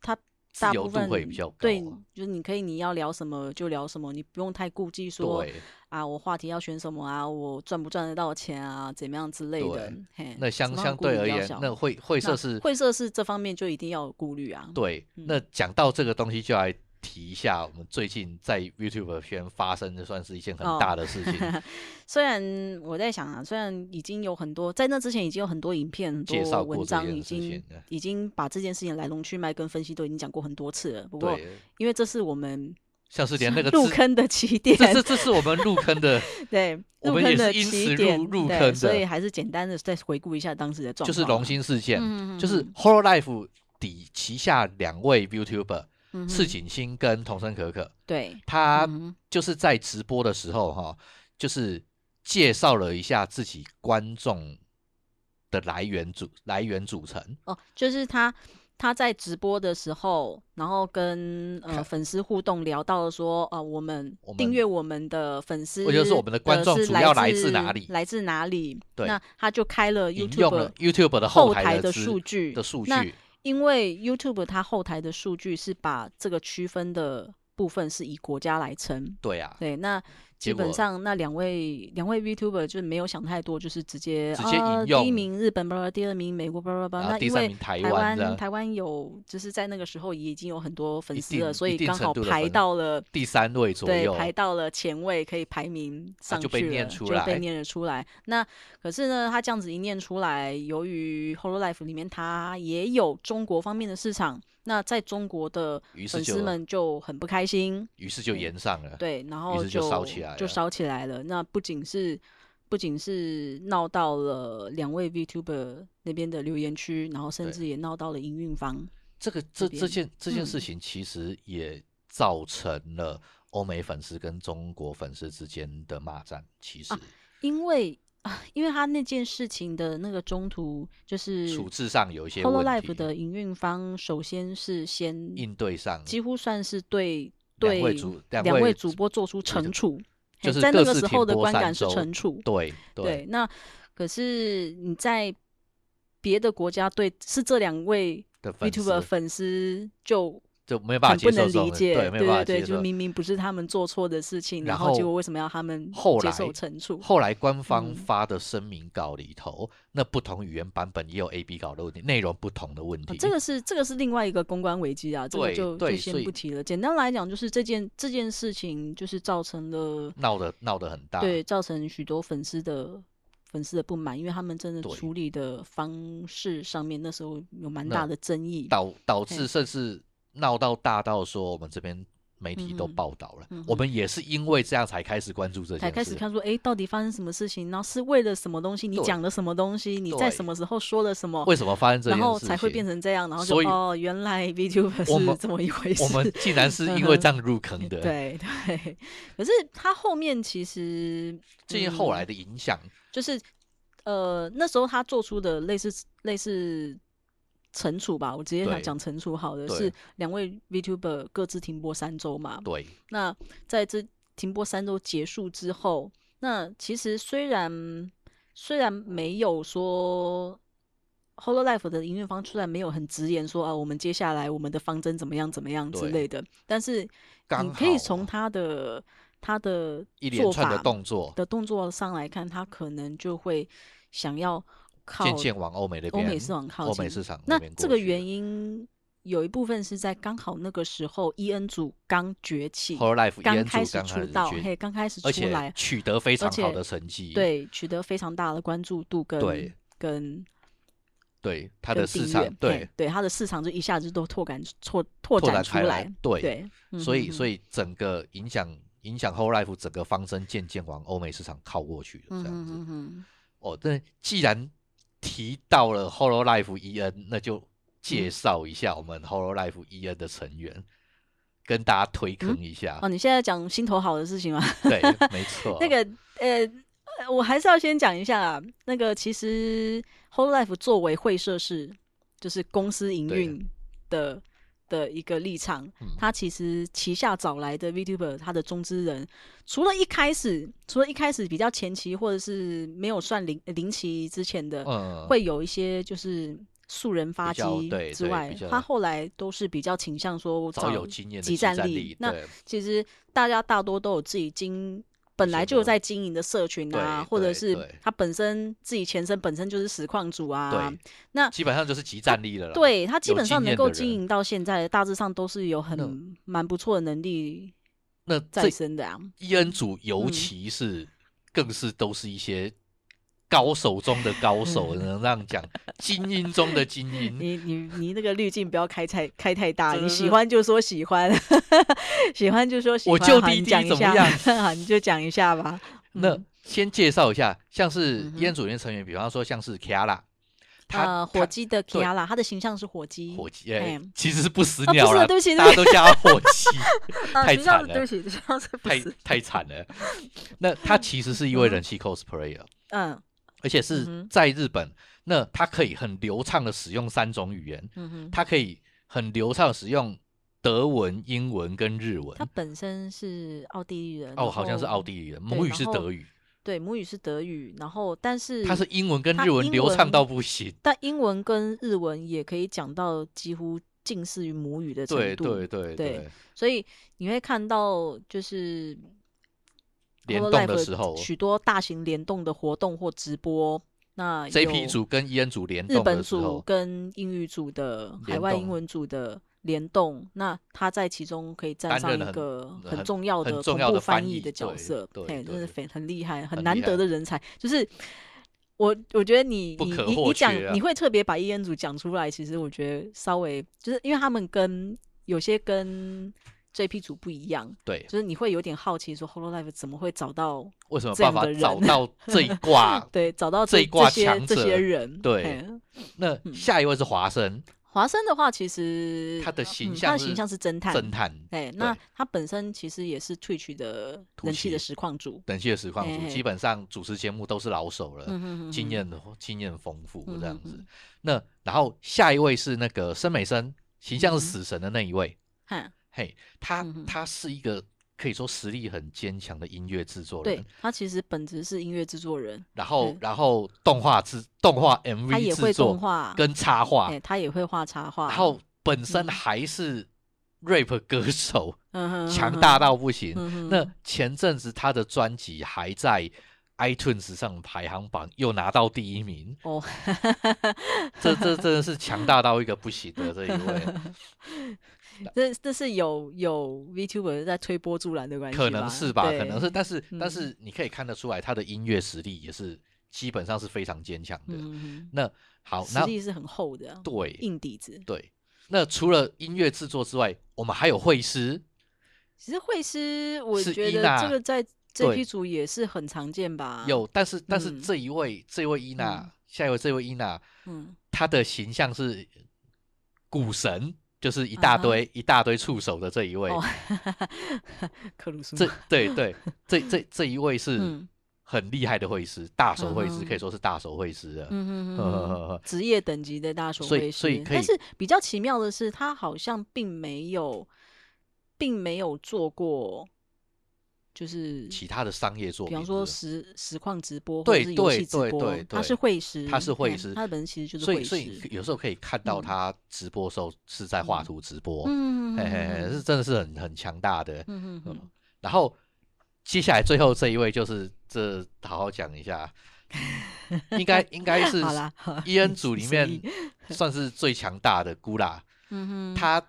[SPEAKER 2] 他
[SPEAKER 1] 自
[SPEAKER 2] 大
[SPEAKER 1] 由
[SPEAKER 2] 部
[SPEAKER 1] 度
[SPEAKER 2] 分
[SPEAKER 1] 会比较高
[SPEAKER 2] 对
[SPEAKER 1] 啊，
[SPEAKER 2] 就是你可以你要聊什么就聊什么，你不用太顾忌说
[SPEAKER 1] 对。
[SPEAKER 2] 啊，我话题要选什么啊，我赚不赚得到钱啊，怎么样之类的
[SPEAKER 1] 对。
[SPEAKER 2] 嘿
[SPEAKER 1] 那相
[SPEAKER 2] 什么样
[SPEAKER 1] 相
[SPEAKER 2] 顾虑
[SPEAKER 1] 对而
[SPEAKER 2] 比较
[SPEAKER 1] 言
[SPEAKER 2] 小，
[SPEAKER 1] 那会会社
[SPEAKER 2] 那
[SPEAKER 1] 是
[SPEAKER 2] 会社是这方面就一定要有顾虑啊。
[SPEAKER 1] 对，
[SPEAKER 2] 嗯
[SPEAKER 1] 那讲到这个东西，就来提一下我们最近在 YouTube 圈发生的，算是一件很
[SPEAKER 2] 哦
[SPEAKER 1] 大的 事情，
[SPEAKER 2] 虽然我在想啊，虽然已经有很多在那之前已经有很多影片、很
[SPEAKER 1] 介绍
[SPEAKER 2] 多
[SPEAKER 1] 过
[SPEAKER 2] 文
[SPEAKER 1] 这
[SPEAKER 2] 章
[SPEAKER 1] 件
[SPEAKER 2] 已
[SPEAKER 1] 事
[SPEAKER 2] 经
[SPEAKER 1] 情的
[SPEAKER 2] 已经把这件事情来龙去脉跟分析都已经讲过很多次了。不过，
[SPEAKER 1] 对，
[SPEAKER 2] 因为这是我们
[SPEAKER 1] 像是连那个
[SPEAKER 2] 入
[SPEAKER 1] 字，
[SPEAKER 2] 坑的起点，
[SPEAKER 1] 这是这是我们入坑的，
[SPEAKER 2] 对
[SPEAKER 1] 我
[SPEAKER 2] 入
[SPEAKER 1] 们
[SPEAKER 2] 坑
[SPEAKER 1] 也
[SPEAKER 2] 的
[SPEAKER 1] 是因
[SPEAKER 2] 起
[SPEAKER 1] 此
[SPEAKER 2] 点，
[SPEAKER 1] 入入
[SPEAKER 2] 对
[SPEAKER 1] 坑
[SPEAKER 2] 所
[SPEAKER 1] 的
[SPEAKER 2] 以还是简单的再回顾一下当时的状
[SPEAKER 1] 就
[SPEAKER 2] 况啊，
[SPEAKER 1] 是龙兴事件，
[SPEAKER 2] 嗯，嗯
[SPEAKER 1] 就是 Hololive 底旗下两位 YouTuber
[SPEAKER 2] 嗯
[SPEAKER 1] 赤
[SPEAKER 2] 哼
[SPEAKER 1] 井星跟童声可可，
[SPEAKER 2] 对，
[SPEAKER 1] 他
[SPEAKER 2] 嗯哼
[SPEAKER 1] 就是在直播的时候哈、就是介绍了一下自己观众的来源组来源组成。
[SPEAKER 2] 哦，就是他他在直播的时候，然后跟呃
[SPEAKER 1] 看
[SPEAKER 2] 粉丝互动，聊到了说，呃，我们
[SPEAKER 1] 我
[SPEAKER 2] 订
[SPEAKER 1] 们
[SPEAKER 2] 阅我们的粉丝，
[SPEAKER 1] 或者是我们的观众
[SPEAKER 2] 是
[SPEAKER 1] 主要
[SPEAKER 2] 来
[SPEAKER 1] 来自哪里
[SPEAKER 2] 来自哪里？
[SPEAKER 1] 对
[SPEAKER 2] 那他就开了
[SPEAKER 1] 引用了
[SPEAKER 2] YouTube
[SPEAKER 1] YouTube 的
[SPEAKER 2] 后
[SPEAKER 1] 台
[SPEAKER 2] 的
[SPEAKER 1] 资
[SPEAKER 2] 数据
[SPEAKER 1] 的数
[SPEAKER 2] 那
[SPEAKER 1] 据，
[SPEAKER 2] 因为 YouTube 它后台的数据是把这个区分的部分是以国家来称。
[SPEAKER 1] 对啊，
[SPEAKER 2] 对，那基
[SPEAKER 1] 结
[SPEAKER 2] 本
[SPEAKER 1] 果
[SPEAKER 2] 上那两位两位 VTuber 就是没有想太多，就是直接
[SPEAKER 1] 直接
[SPEAKER 2] 啊
[SPEAKER 1] 引
[SPEAKER 2] 第一
[SPEAKER 1] 用
[SPEAKER 2] 名日本，巴拉第二名美国，巴拉巴拉。
[SPEAKER 1] 然后
[SPEAKER 2] 那
[SPEAKER 1] 第
[SPEAKER 2] 因
[SPEAKER 1] 三
[SPEAKER 2] 为
[SPEAKER 1] 名台
[SPEAKER 2] 台
[SPEAKER 1] 湾这
[SPEAKER 2] 湾
[SPEAKER 1] 样，
[SPEAKER 2] 台湾有就是在那个时候也已经有很多粉
[SPEAKER 1] 一
[SPEAKER 2] 丝了，
[SPEAKER 1] 定
[SPEAKER 2] 所
[SPEAKER 1] 一
[SPEAKER 2] 以
[SPEAKER 1] 定
[SPEAKER 2] 刚
[SPEAKER 1] 程
[SPEAKER 2] 好
[SPEAKER 1] 度的
[SPEAKER 2] 排
[SPEAKER 1] 粉丝
[SPEAKER 2] 到了
[SPEAKER 1] 第三位左
[SPEAKER 2] 对
[SPEAKER 1] 右，啊
[SPEAKER 2] 排到了前位，可以排名上去
[SPEAKER 1] 就
[SPEAKER 2] 了，
[SPEAKER 1] 被念出
[SPEAKER 2] 就被
[SPEAKER 1] 来
[SPEAKER 2] 念了出来。那可是呢，他这样子一念出来，由于 Hololive 里面它也有中国方面的市场，那在中国的
[SPEAKER 1] 于是
[SPEAKER 2] 粉丝
[SPEAKER 1] 就
[SPEAKER 2] 们就很不开心，
[SPEAKER 1] 于是就
[SPEAKER 2] 对
[SPEAKER 1] 延上了。
[SPEAKER 2] 对，然后
[SPEAKER 1] 是就烧起来
[SPEAKER 2] 就
[SPEAKER 1] 了
[SPEAKER 2] 烧起来了。那不仅是不仅是闹到了两位 VTuber 那边的留言区，然后甚
[SPEAKER 1] 对
[SPEAKER 2] 至也闹到了营运方。
[SPEAKER 1] 这个这
[SPEAKER 2] 边
[SPEAKER 1] 这件这件事
[SPEAKER 2] 嗯
[SPEAKER 1] 情其实也造成了欧美粉丝跟中国粉丝之间的骂战。其
[SPEAKER 2] 啊
[SPEAKER 1] 实
[SPEAKER 2] 因为 啊，因为他那件事情的那个中途，就是
[SPEAKER 1] 处置上有一些问
[SPEAKER 2] Hololive
[SPEAKER 1] 题，
[SPEAKER 2] 的营运方，首先是先
[SPEAKER 1] 应对上
[SPEAKER 2] 几乎算是对
[SPEAKER 1] 两
[SPEAKER 2] 对
[SPEAKER 1] 位主两
[SPEAKER 2] 两
[SPEAKER 1] 位
[SPEAKER 2] 位主播做出
[SPEAKER 1] 主
[SPEAKER 2] 惩处，嘿
[SPEAKER 1] 就是
[SPEAKER 2] 在那
[SPEAKER 1] 各
[SPEAKER 2] 个
[SPEAKER 1] 自
[SPEAKER 2] 时
[SPEAKER 1] 停
[SPEAKER 2] 候的
[SPEAKER 1] 播
[SPEAKER 2] 观
[SPEAKER 1] 三
[SPEAKER 2] 感是
[SPEAKER 1] 周
[SPEAKER 2] 惩处。
[SPEAKER 1] 对对
[SPEAKER 2] 那可是你在别的国家对是这两位
[SPEAKER 1] 的粉
[SPEAKER 2] VTuber
[SPEAKER 1] 丝
[SPEAKER 2] 粉丝就
[SPEAKER 1] 就没有办法
[SPEAKER 2] 很
[SPEAKER 1] 接
[SPEAKER 2] 不
[SPEAKER 1] 受
[SPEAKER 2] 能
[SPEAKER 1] 这种
[SPEAKER 2] 理
[SPEAKER 1] 的
[SPEAKER 2] 解，
[SPEAKER 1] 对，没有办法
[SPEAKER 2] 对对，
[SPEAKER 1] 接
[SPEAKER 2] 就
[SPEAKER 1] 受。
[SPEAKER 2] 明明不是他们做错的事情，
[SPEAKER 1] 然
[SPEAKER 2] 然
[SPEAKER 1] 后
[SPEAKER 2] 结果为什么要他们
[SPEAKER 1] 后
[SPEAKER 2] 接
[SPEAKER 1] 来
[SPEAKER 2] 受惩处？
[SPEAKER 1] 后来官方
[SPEAKER 2] 嗯
[SPEAKER 1] 发的声明稿里头，那不同语言版本也有 A、B 稿的问题，内容不同的问
[SPEAKER 2] 啊
[SPEAKER 1] 题。
[SPEAKER 2] 这个是这个是另外一个公关危机啊，这个
[SPEAKER 1] 对
[SPEAKER 2] 就
[SPEAKER 1] 对
[SPEAKER 2] 就
[SPEAKER 1] 所
[SPEAKER 2] 先
[SPEAKER 1] 以
[SPEAKER 2] 不提了。简单来讲，就是这件这件事情就是造成了
[SPEAKER 1] 闹得闹得很大。
[SPEAKER 2] 对造成许多粉丝的粉丝的不满，因为他们真的
[SPEAKER 1] 对
[SPEAKER 2] 处理的方式上面那时候有蛮
[SPEAKER 1] 那
[SPEAKER 2] 大的争议。
[SPEAKER 1] 导导致
[SPEAKER 2] 嘿
[SPEAKER 1] 甚至闹到大到说我们这边媒体都
[SPEAKER 2] 嗯哼
[SPEAKER 1] 报道了，
[SPEAKER 2] 嗯
[SPEAKER 1] 我
[SPEAKER 2] 哼
[SPEAKER 1] 们也是因为这样才开始关注这件事，
[SPEAKER 2] 才开始看说，哎、到底发生什么事情？然后是为了什么东西？你
[SPEAKER 1] 对
[SPEAKER 2] 讲了什么东西？你在什
[SPEAKER 1] 对
[SPEAKER 2] 么时候说了什么？
[SPEAKER 1] 为什么发生这件
[SPEAKER 2] 然
[SPEAKER 1] 事情，
[SPEAKER 2] 后才会变成这样，然后就
[SPEAKER 1] 所以
[SPEAKER 2] 哦，原来 VTuber
[SPEAKER 1] 我们
[SPEAKER 2] 是这么一回事。
[SPEAKER 1] 我们竟然 是因为这样入坑的，，
[SPEAKER 2] 对对， 可是他后面其实
[SPEAKER 1] 这些后
[SPEAKER 2] 嗯
[SPEAKER 1] 来的影响，
[SPEAKER 2] 就是呃，那时候他做出的类似类似惩处吧，我直接
[SPEAKER 1] 对
[SPEAKER 2] 来讲惩处好了，
[SPEAKER 1] 对
[SPEAKER 2] 是两位 VTuber 各自停播三周嘛。
[SPEAKER 1] 对，
[SPEAKER 2] 那在这停播三周结束之后，那其实虽然虽然没有说 Hololive 的营运方出来没有很直言说啊，我们接下来我们的方针怎么样怎么样之
[SPEAKER 1] 对
[SPEAKER 2] 类的，但是
[SPEAKER 1] 刚
[SPEAKER 2] 你可以
[SPEAKER 1] 好啊
[SPEAKER 2] 从他的他的
[SPEAKER 1] 一连
[SPEAKER 2] 做
[SPEAKER 1] 串的
[SPEAKER 2] 法
[SPEAKER 1] 动作，
[SPEAKER 2] 的动作上来看，他可能就会想要靠
[SPEAKER 1] 渐渐往欧美那
[SPEAKER 2] 欧
[SPEAKER 1] 边，
[SPEAKER 2] 美市场靠近。
[SPEAKER 1] 欧美市场
[SPEAKER 2] 那
[SPEAKER 1] 那边
[SPEAKER 2] 这
[SPEAKER 1] 过
[SPEAKER 2] 个
[SPEAKER 1] 去
[SPEAKER 2] 原因有一部分是在刚好那个时候，E N 组刚崛起，
[SPEAKER 1] ，Horror Life
[SPEAKER 2] 刚
[SPEAKER 1] 烟
[SPEAKER 2] 开
[SPEAKER 1] 柱
[SPEAKER 2] 始
[SPEAKER 1] 刚
[SPEAKER 2] 出
[SPEAKER 1] 开
[SPEAKER 2] 道，
[SPEAKER 1] 崛
[SPEAKER 2] 嘿，刚开始
[SPEAKER 1] 而
[SPEAKER 2] 出
[SPEAKER 1] 且
[SPEAKER 2] 来，
[SPEAKER 1] 取得非
[SPEAKER 2] 而
[SPEAKER 1] 常好
[SPEAKER 2] 且
[SPEAKER 1] 的成绩，
[SPEAKER 2] 对，取得非常大的关注度跟
[SPEAKER 1] 对
[SPEAKER 2] 跟
[SPEAKER 1] 对，它
[SPEAKER 2] 跟
[SPEAKER 1] 的
[SPEAKER 2] 订
[SPEAKER 1] 市
[SPEAKER 2] 阅
[SPEAKER 1] 场
[SPEAKER 2] 嘿
[SPEAKER 1] 对，
[SPEAKER 2] 对它的市场就一下子都拓展拓
[SPEAKER 1] 拓
[SPEAKER 2] 拓展
[SPEAKER 1] 展
[SPEAKER 2] 出
[SPEAKER 1] 开来
[SPEAKER 2] 来，，
[SPEAKER 1] 对，
[SPEAKER 2] 对，嗯
[SPEAKER 1] 所以所
[SPEAKER 2] 以
[SPEAKER 1] 以整个影响影响 Whole Life 整个方针渐渐往欧美市场靠过去了，
[SPEAKER 2] 嗯
[SPEAKER 1] 这样
[SPEAKER 2] 哼
[SPEAKER 1] 子
[SPEAKER 2] 嗯哼
[SPEAKER 1] 哦。那既然提到了 Whole Life EN，那就介
[SPEAKER 2] 嗯
[SPEAKER 1] 绍一下我们 Whole Life EN 的成员，跟大家推坑一下
[SPEAKER 2] 哦，，你现在讲心头好的事情吗？
[SPEAKER 1] 对，没错，
[SPEAKER 2] 那个呃，呃我还是要先讲一下啊，那个其实 Whole Life 作为会社是就是公司营
[SPEAKER 1] 对嗯
[SPEAKER 2] 运的的一个立场，它其实旗下找来的 VTuber，它的中之人，除了一开始，除了一开始比较前期或者是没有算零呃零期之前的，
[SPEAKER 1] 嗯，
[SPEAKER 2] 会有一些就是。素人发
[SPEAKER 1] 比较
[SPEAKER 2] 机
[SPEAKER 1] 对
[SPEAKER 2] 之
[SPEAKER 1] 对
[SPEAKER 2] 外
[SPEAKER 1] 比，较
[SPEAKER 2] 他后来都是比较倾向说
[SPEAKER 1] 早有经验的
[SPEAKER 2] 集
[SPEAKER 1] 战
[SPEAKER 2] 战力那
[SPEAKER 1] 对
[SPEAKER 2] 其实大家大多都有自己经本来就有在经营的社群啊，
[SPEAKER 1] 对
[SPEAKER 2] 或者
[SPEAKER 1] 对
[SPEAKER 2] 是
[SPEAKER 1] 对
[SPEAKER 2] 他本身自己前身本身就是实况主啊
[SPEAKER 1] 对，
[SPEAKER 2] 那
[SPEAKER 1] 基本上就是集战力了啦，
[SPEAKER 2] 对他基
[SPEAKER 1] 有
[SPEAKER 2] 本上
[SPEAKER 1] 经
[SPEAKER 2] 能
[SPEAKER 1] 验
[SPEAKER 2] 够
[SPEAKER 1] 的人
[SPEAKER 2] 经营到现在，大致上都是有很
[SPEAKER 1] 那
[SPEAKER 2] 蛮不错的能力
[SPEAKER 1] 那
[SPEAKER 2] 在
[SPEAKER 1] 这
[SPEAKER 2] 身的啊。
[SPEAKER 1] 伊恩组尤
[SPEAKER 2] 嗯
[SPEAKER 1] 其是、更是都是一些高手中的高 手，能让讲精英中的精英。
[SPEAKER 2] 你你你那个滤镜不要开太开太大，
[SPEAKER 1] 真的
[SPEAKER 2] 你喜
[SPEAKER 1] 是
[SPEAKER 2] 欢就说喜欢， 喜欢就说喜
[SPEAKER 1] 我
[SPEAKER 2] 欢。
[SPEAKER 1] 就
[SPEAKER 2] 好
[SPEAKER 1] 滴
[SPEAKER 2] 你
[SPEAKER 1] 滴
[SPEAKER 2] 讲一
[SPEAKER 1] 怎么
[SPEAKER 2] 下，
[SPEAKER 1] 样
[SPEAKER 2] 好你就讲一下吧。
[SPEAKER 1] 那
[SPEAKER 2] 嗯
[SPEAKER 1] 先介绍一下，像是
[SPEAKER 2] 嗯哼
[SPEAKER 1] 伊恩组里面成员，比方说像是 Kiara，他、他
[SPEAKER 2] 呃，火鸡的
[SPEAKER 1] 对
[SPEAKER 2] Kiara，他的形象是火鸡，
[SPEAKER 1] 火鸡，哎、
[SPEAKER 2] 哎
[SPEAKER 1] 其实是不死
[SPEAKER 2] 啊不
[SPEAKER 1] 鸟
[SPEAKER 2] 是
[SPEAKER 1] 啦，
[SPEAKER 2] 对不起
[SPEAKER 1] 大家都叫他火鸡，
[SPEAKER 2] 啊
[SPEAKER 1] 太
[SPEAKER 2] 形象
[SPEAKER 1] 惨了
[SPEAKER 2] 对不起，形象是不
[SPEAKER 1] 太
[SPEAKER 2] 是
[SPEAKER 1] 太惨了。那他其实是一位人气 cosplayer，
[SPEAKER 2] 嗯
[SPEAKER 1] 而且
[SPEAKER 2] 嗯
[SPEAKER 1] 是
[SPEAKER 2] 哼
[SPEAKER 1] 在日本，那他可以很流畅的使用三种语言，
[SPEAKER 2] 嗯哼，
[SPEAKER 1] 他可以很流畅地使用德文、英文跟日文
[SPEAKER 2] 他。本身是奥地利人
[SPEAKER 1] 嗯哦，好像是奥
[SPEAKER 2] 利，
[SPEAKER 1] 地利人，
[SPEAKER 2] 对
[SPEAKER 1] 母语
[SPEAKER 2] 然
[SPEAKER 1] 是
[SPEAKER 2] 后
[SPEAKER 1] 德语，
[SPEAKER 2] 对，母语是德语，然后但是
[SPEAKER 1] 他是英文跟
[SPEAKER 2] 他
[SPEAKER 1] 日文
[SPEAKER 2] 英
[SPEAKER 1] 流畅
[SPEAKER 2] 文
[SPEAKER 1] 到不行。
[SPEAKER 2] 但英文跟日文也可以讲到几乎近似于母语的程
[SPEAKER 1] 对
[SPEAKER 2] 度，
[SPEAKER 1] 对对
[SPEAKER 2] 对
[SPEAKER 1] 对，
[SPEAKER 2] 所以你会看到就是
[SPEAKER 1] 联
[SPEAKER 2] Hololive
[SPEAKER 1] 动的时候
[SPEAKER 2] 许多大型联动的活动或直播，那
[SPEAKER 1] 这
[SPEAKER 2] 有
[SPEAKER 1] p 组跟 EN 组联
[SPEAKER 2] 日
[SPEAKER 1] 动
[SPEAKER 2] 本
[SPEAKER 1] 的时
[SPEAKER 2] 组
[SPEAKER 1] 候，
[SPEAKER 2] 跟英语组的海
[SPEAKER 1] 联
[SPEAKER 2] 外英
[SPEAKER 1] 动
[SPEAKER 2] 文组的联动，那他在其中可以站
[SPEAKER 1] 担
[SPEAKER 2] 上
[SPEAKER 1] 任
[SPEAKER 2] 一
[SPEAKER 1] 很
[SPEAKER 2] 个
[SPEAKER 1] 很
[SPEAKER 2] 很重要
[SPEAKER 1] 很
[SPEAKER 2] 的
[SPEAKER 1] 重
[SPEAKER 2] 同
[SPEAKER 1] 要
[SPEAKER 2] 步
[SPEAKER 1] 的
[SPEAKER 2] 翻
[SPEAKER 1] 翻
[SPEAKER 2] 译
[SPEAKER 1] 译
[SPEAKER 2] 的角
[SPEAKER 1] 对
[SPEAKER 2] 色，
[SPEAKER 1] 对
[SPEAKER 2] 嘿，真
[SPEAKER 1] 对
[SPEAKER 2] 是非很厉害、很
[SPEAKER 1] 很
[SPEAKER 2] 难
[SPEAKER 1] 厉
[SPEAKER 2] 得
[SPEAKER 1] 害
[SPEAKER 2] 的人才。就是我，我觉得你
[SPEAKER 1] 不
[SPEAKER 2] 你
[SPEAKER 1] 可
[SPEAKER 2] 你你
[SPEAKER 1] 或
[SPEAKER 2] 讲
[SPEAKER 1] 缺，啊
[SPEAKER 2] 你会特别把 E N 组讲出来，其实我觉得稍微就是因为他们跟有些跟 J P 组不一样，
[SPEAKER 1] 对，
[SPEAKER 2] 就是你会有点好奇说 Hololive 怎么会找到
[SPEAKER 1] 为什么
[SPEAKER 2] 这
[SPEAKER 1] 办
[SPEAKER 2] 样
[SPEAKER 1] 法
[SPEAKER 2] 的
[SPEAKER 1] 找
[SPEAKER 2] 人
[SPEAKER 1] 到这 一挂？
[SPEAKER 2] 对找到
[SPEAKER 1] 这
[SPEAKER 2] 这
[SPEAKER 1] 一挂
[SPEAKER 2] 些
[SPEAKER 1] 强
[SPEAKER 2] 这些
[SPEAKER 1] 者
[SPEAKER 2] 人？
[SPEAKER 1] 对
[SPEAKER 2] 嘿
[SPEAKER 1] 那
[SPEAKER 2] 嗯
[SPEAKER 1] 下一位是华生，
[SPEAKER 2] 华生的话，其实
[SPEAKER 1] 他的形
[SPEAKER 2] 嗯他
[SPEAKER 1] 象
[SPEAKER 2] 的形象是侦探，
[SPEAKER 1] 侦探，
[SPEAKER 2] 哎，那他本身其实也是 Twitch 的
[SPEAKER 1] 突
[SPEAKER 2] 人气的
[SPEAKER 1] 袭
[SPEAKER 2] 实况主，
[SPEAKER 1] 等谢实况
[SPEAKER 2] 哎
[SPEAKER 1] 组，
[SPEAKER 2] 哎
[SPEAKER 1] 基本上主持节目都是老手了，
[SPEAKER 2] 嗯哼哼
[SPEAKER 1] 经
[SPEAKER 2] 哼
[SPEAKER 1] 验经验丰富
[SPEAKER 2] 嗯
[SPEAKER 1] 这样
[SPEAKER 2] 哼
[SPEAKER 1] 子。
[SPEAKER 2] 哼
[SPEAKER 1] 那然后下一位是那个森美生，形象
[SPEAKER 2] 嗯
[SPEAKER 1] 是死
[SPEAKER 2] 哼
[SPEAKER 1] 神的那一位，
[SPEAKER 2] 哈，
[SPEAKER 1] 嘿，他
[SPEAKER 2] 嗯哼
[SPEAKER 1] 他是一个可以说实力很坚强的音乐制作
[SPEAKER 2] 对
[SPEAKER 1] 人，
[SPEAKER 2] 他其实本职是音乐制作人，
[SPEAKER 1] 然后
[SPEAKER 2] 嗯
[SPEAKER 1] 然后动画制动画
[SPEAKER 2] 他也
[SPEAKER 1] MV
[SPEAKER 2] 会
[SPEAKER 1] 制
[SPEAKER 2] 动
[SPEAKER 1] 作
[SPEAKER 2] 画，
[SPEAKER 1] 跟插画
[SPEAKER 2] 哎，，他也会画插画，
[SPEAKER 1] 然后本身
[SPEAKER 2] 嗯
[SPEAKER 1] 还是 rap 歌手，
[SPEAKER 2] 嗯哼
[SPEAKER 1] 强大，到不行。
[SPEAKER 2] 嗯哼
[SPEAKER 1] 那前阵子他的专辑还在 iTunes 上排行榜又拿到第一名，
[SPEAKER 2] 哦，
[SPEAKER 1] 这这真的是强大到一个不行的这一 位，
[SPEAKER 2] 这这是有有 VTuber 在推波助澜的关系吧，
[SPEAKER 1] 可能是吧，
[SPEAKER 2] 对
[SPEAKER 1] 可能是，，但是、
[SPEAKER 2] 嗯
[SPEAKER 1] 但是你可以看得出来，他的音乐实力也是基本上是非常坚强的。
[SPEAKER 2] 嗯
[SPEAKER 1] 那
[SPEAKER 2] 哼哼，
[SPEAKER 1] 好，
[SPEAKER 2] 实
[SPEAKER 1] 那
[SPEAKER 2] 力是很厚的，啊
[SPEAKER 1] 对
[SPEAKER 2] 硬底子。
[SPEAKER 1] 对，那除了音乐制作之外，我们还有会师，
[SPEAKER 2] 其实会师，我
[SPEAKER 1] 是
[SPEAKER 2] 觉
[SPEAKER 1] 伊
[SPEAKER 2] 得
[SPEAKER 1] 娜
[SPEAKER 2] 这个在这
[SPEAKER 1] 对
[SPEAKER 2] 批组也是很常见吧，
[SPEAKER 1] 有，但是但是
[SPEAKER 2] 啊嗯
[SPEAKER 1] 这一位、这位伊娜，
[SPEAKER 2] 嗯
[SPEAKER 1] 下一位这位伊娜，
[SPEAKER 2] 嗯，
[SPEAKER 1] 她的形象是股神，就是一大
[SPEAKER 2] 啊哈
[SPEAKER 1] 堆、一大堆触手的这一位。
[SPEAKER 2] 哦 哦，克鲁苏，
[SPEAKER 1] 这对对，这这这一位是
[SPEAKER 2] 嗯
[SPEAKER 1] 很厉害的会师，大手会师
[SPEAKER 2] 嗯
[SPEAKER 1] 可以说是大手会师了。
[SPEAKER 2] 嗯嗯
[SPEAKER 1] 呵呵
[SPEAKER 2] 嗯
[SPEAKER 1] 呵
[SPEAKER 2] 嗯
[SPEAKER 1] 呵
[SPEAKER 2] 嗯，职业等级的大手
[SPEAKER 1] 呃所以
[SPEAKER 2] 绘
[SPEAKER 1] 所以
[SPEAKER 2] 师
[SPEAKER 1] 可以
[SPEAKER 2] 但是比较奇妙的是，他好像并没有，并没有做过，就是
[SPEAKER 1] 其他的商业作
[SPEAKER 2] 比
[SPEAKER 1] 品
[SPEAKER 2] 方
[SPEAKER 1] 是
[SPEAKER 2] 说
[SPEAKER 1] 不是，
[SPEAKER 2] 实实况直播或
[SPEAKER 1] 对
[SPEAKER 2] 者是游
[SPEAKER 1] 对
[SPEAKER 2] 戏直
[SPEAKER 1] 对
[SPEAKER 2] 播
[SPEAKER 1] 对，
[SPEAKER 2] 他
[SPEAKER 1] 对
[SPEAKER 2] 是会师，
[SPEAKER 1] 他是绘
[SPEAKER 2] 嗯
[SPEAKER 1] 师
[SPEAKER 2] 他的本身其实就是
[SPEAKER 1] 所以
[SPEAKER 2] 会
[SPEAKER 1] 所以
[SPEAKER 2] 师。
[SPEAKER 1] 有时候可以看到
[SPEAKER 2] 嗯
[SPEAKER 1] 他直播的时候是在画
[SPEAKER 2] 嗯
[SPEAKER 1] 图直播，
[SPEAKER 2] 嗯，
[SPEAKER 1] 嘿嘿嘿，
[SPEAKER 2] 嗯
[SPEAKER 1] 是真的是很很强大的。
[SPEAKER 2] 嗯嗯
[SPEAKER 1] 嗯
[SPEAKER 2] 嗯，
[SPEAKER 1] 然后接下来最后这一位就是这，好好讲一下，应 该应该是
[SPEAKER 2] 好啦， 好
[SPEAKER 1] 伊恩组里
[SPEAKER 2] 随
[SPEAKER 1] 面
[SPEAKER 2] 意
[SPEAKER 1] 算是最强大的古拉，
[SPEAKER 2] 嗯哼，
[SPEAKER 1] 他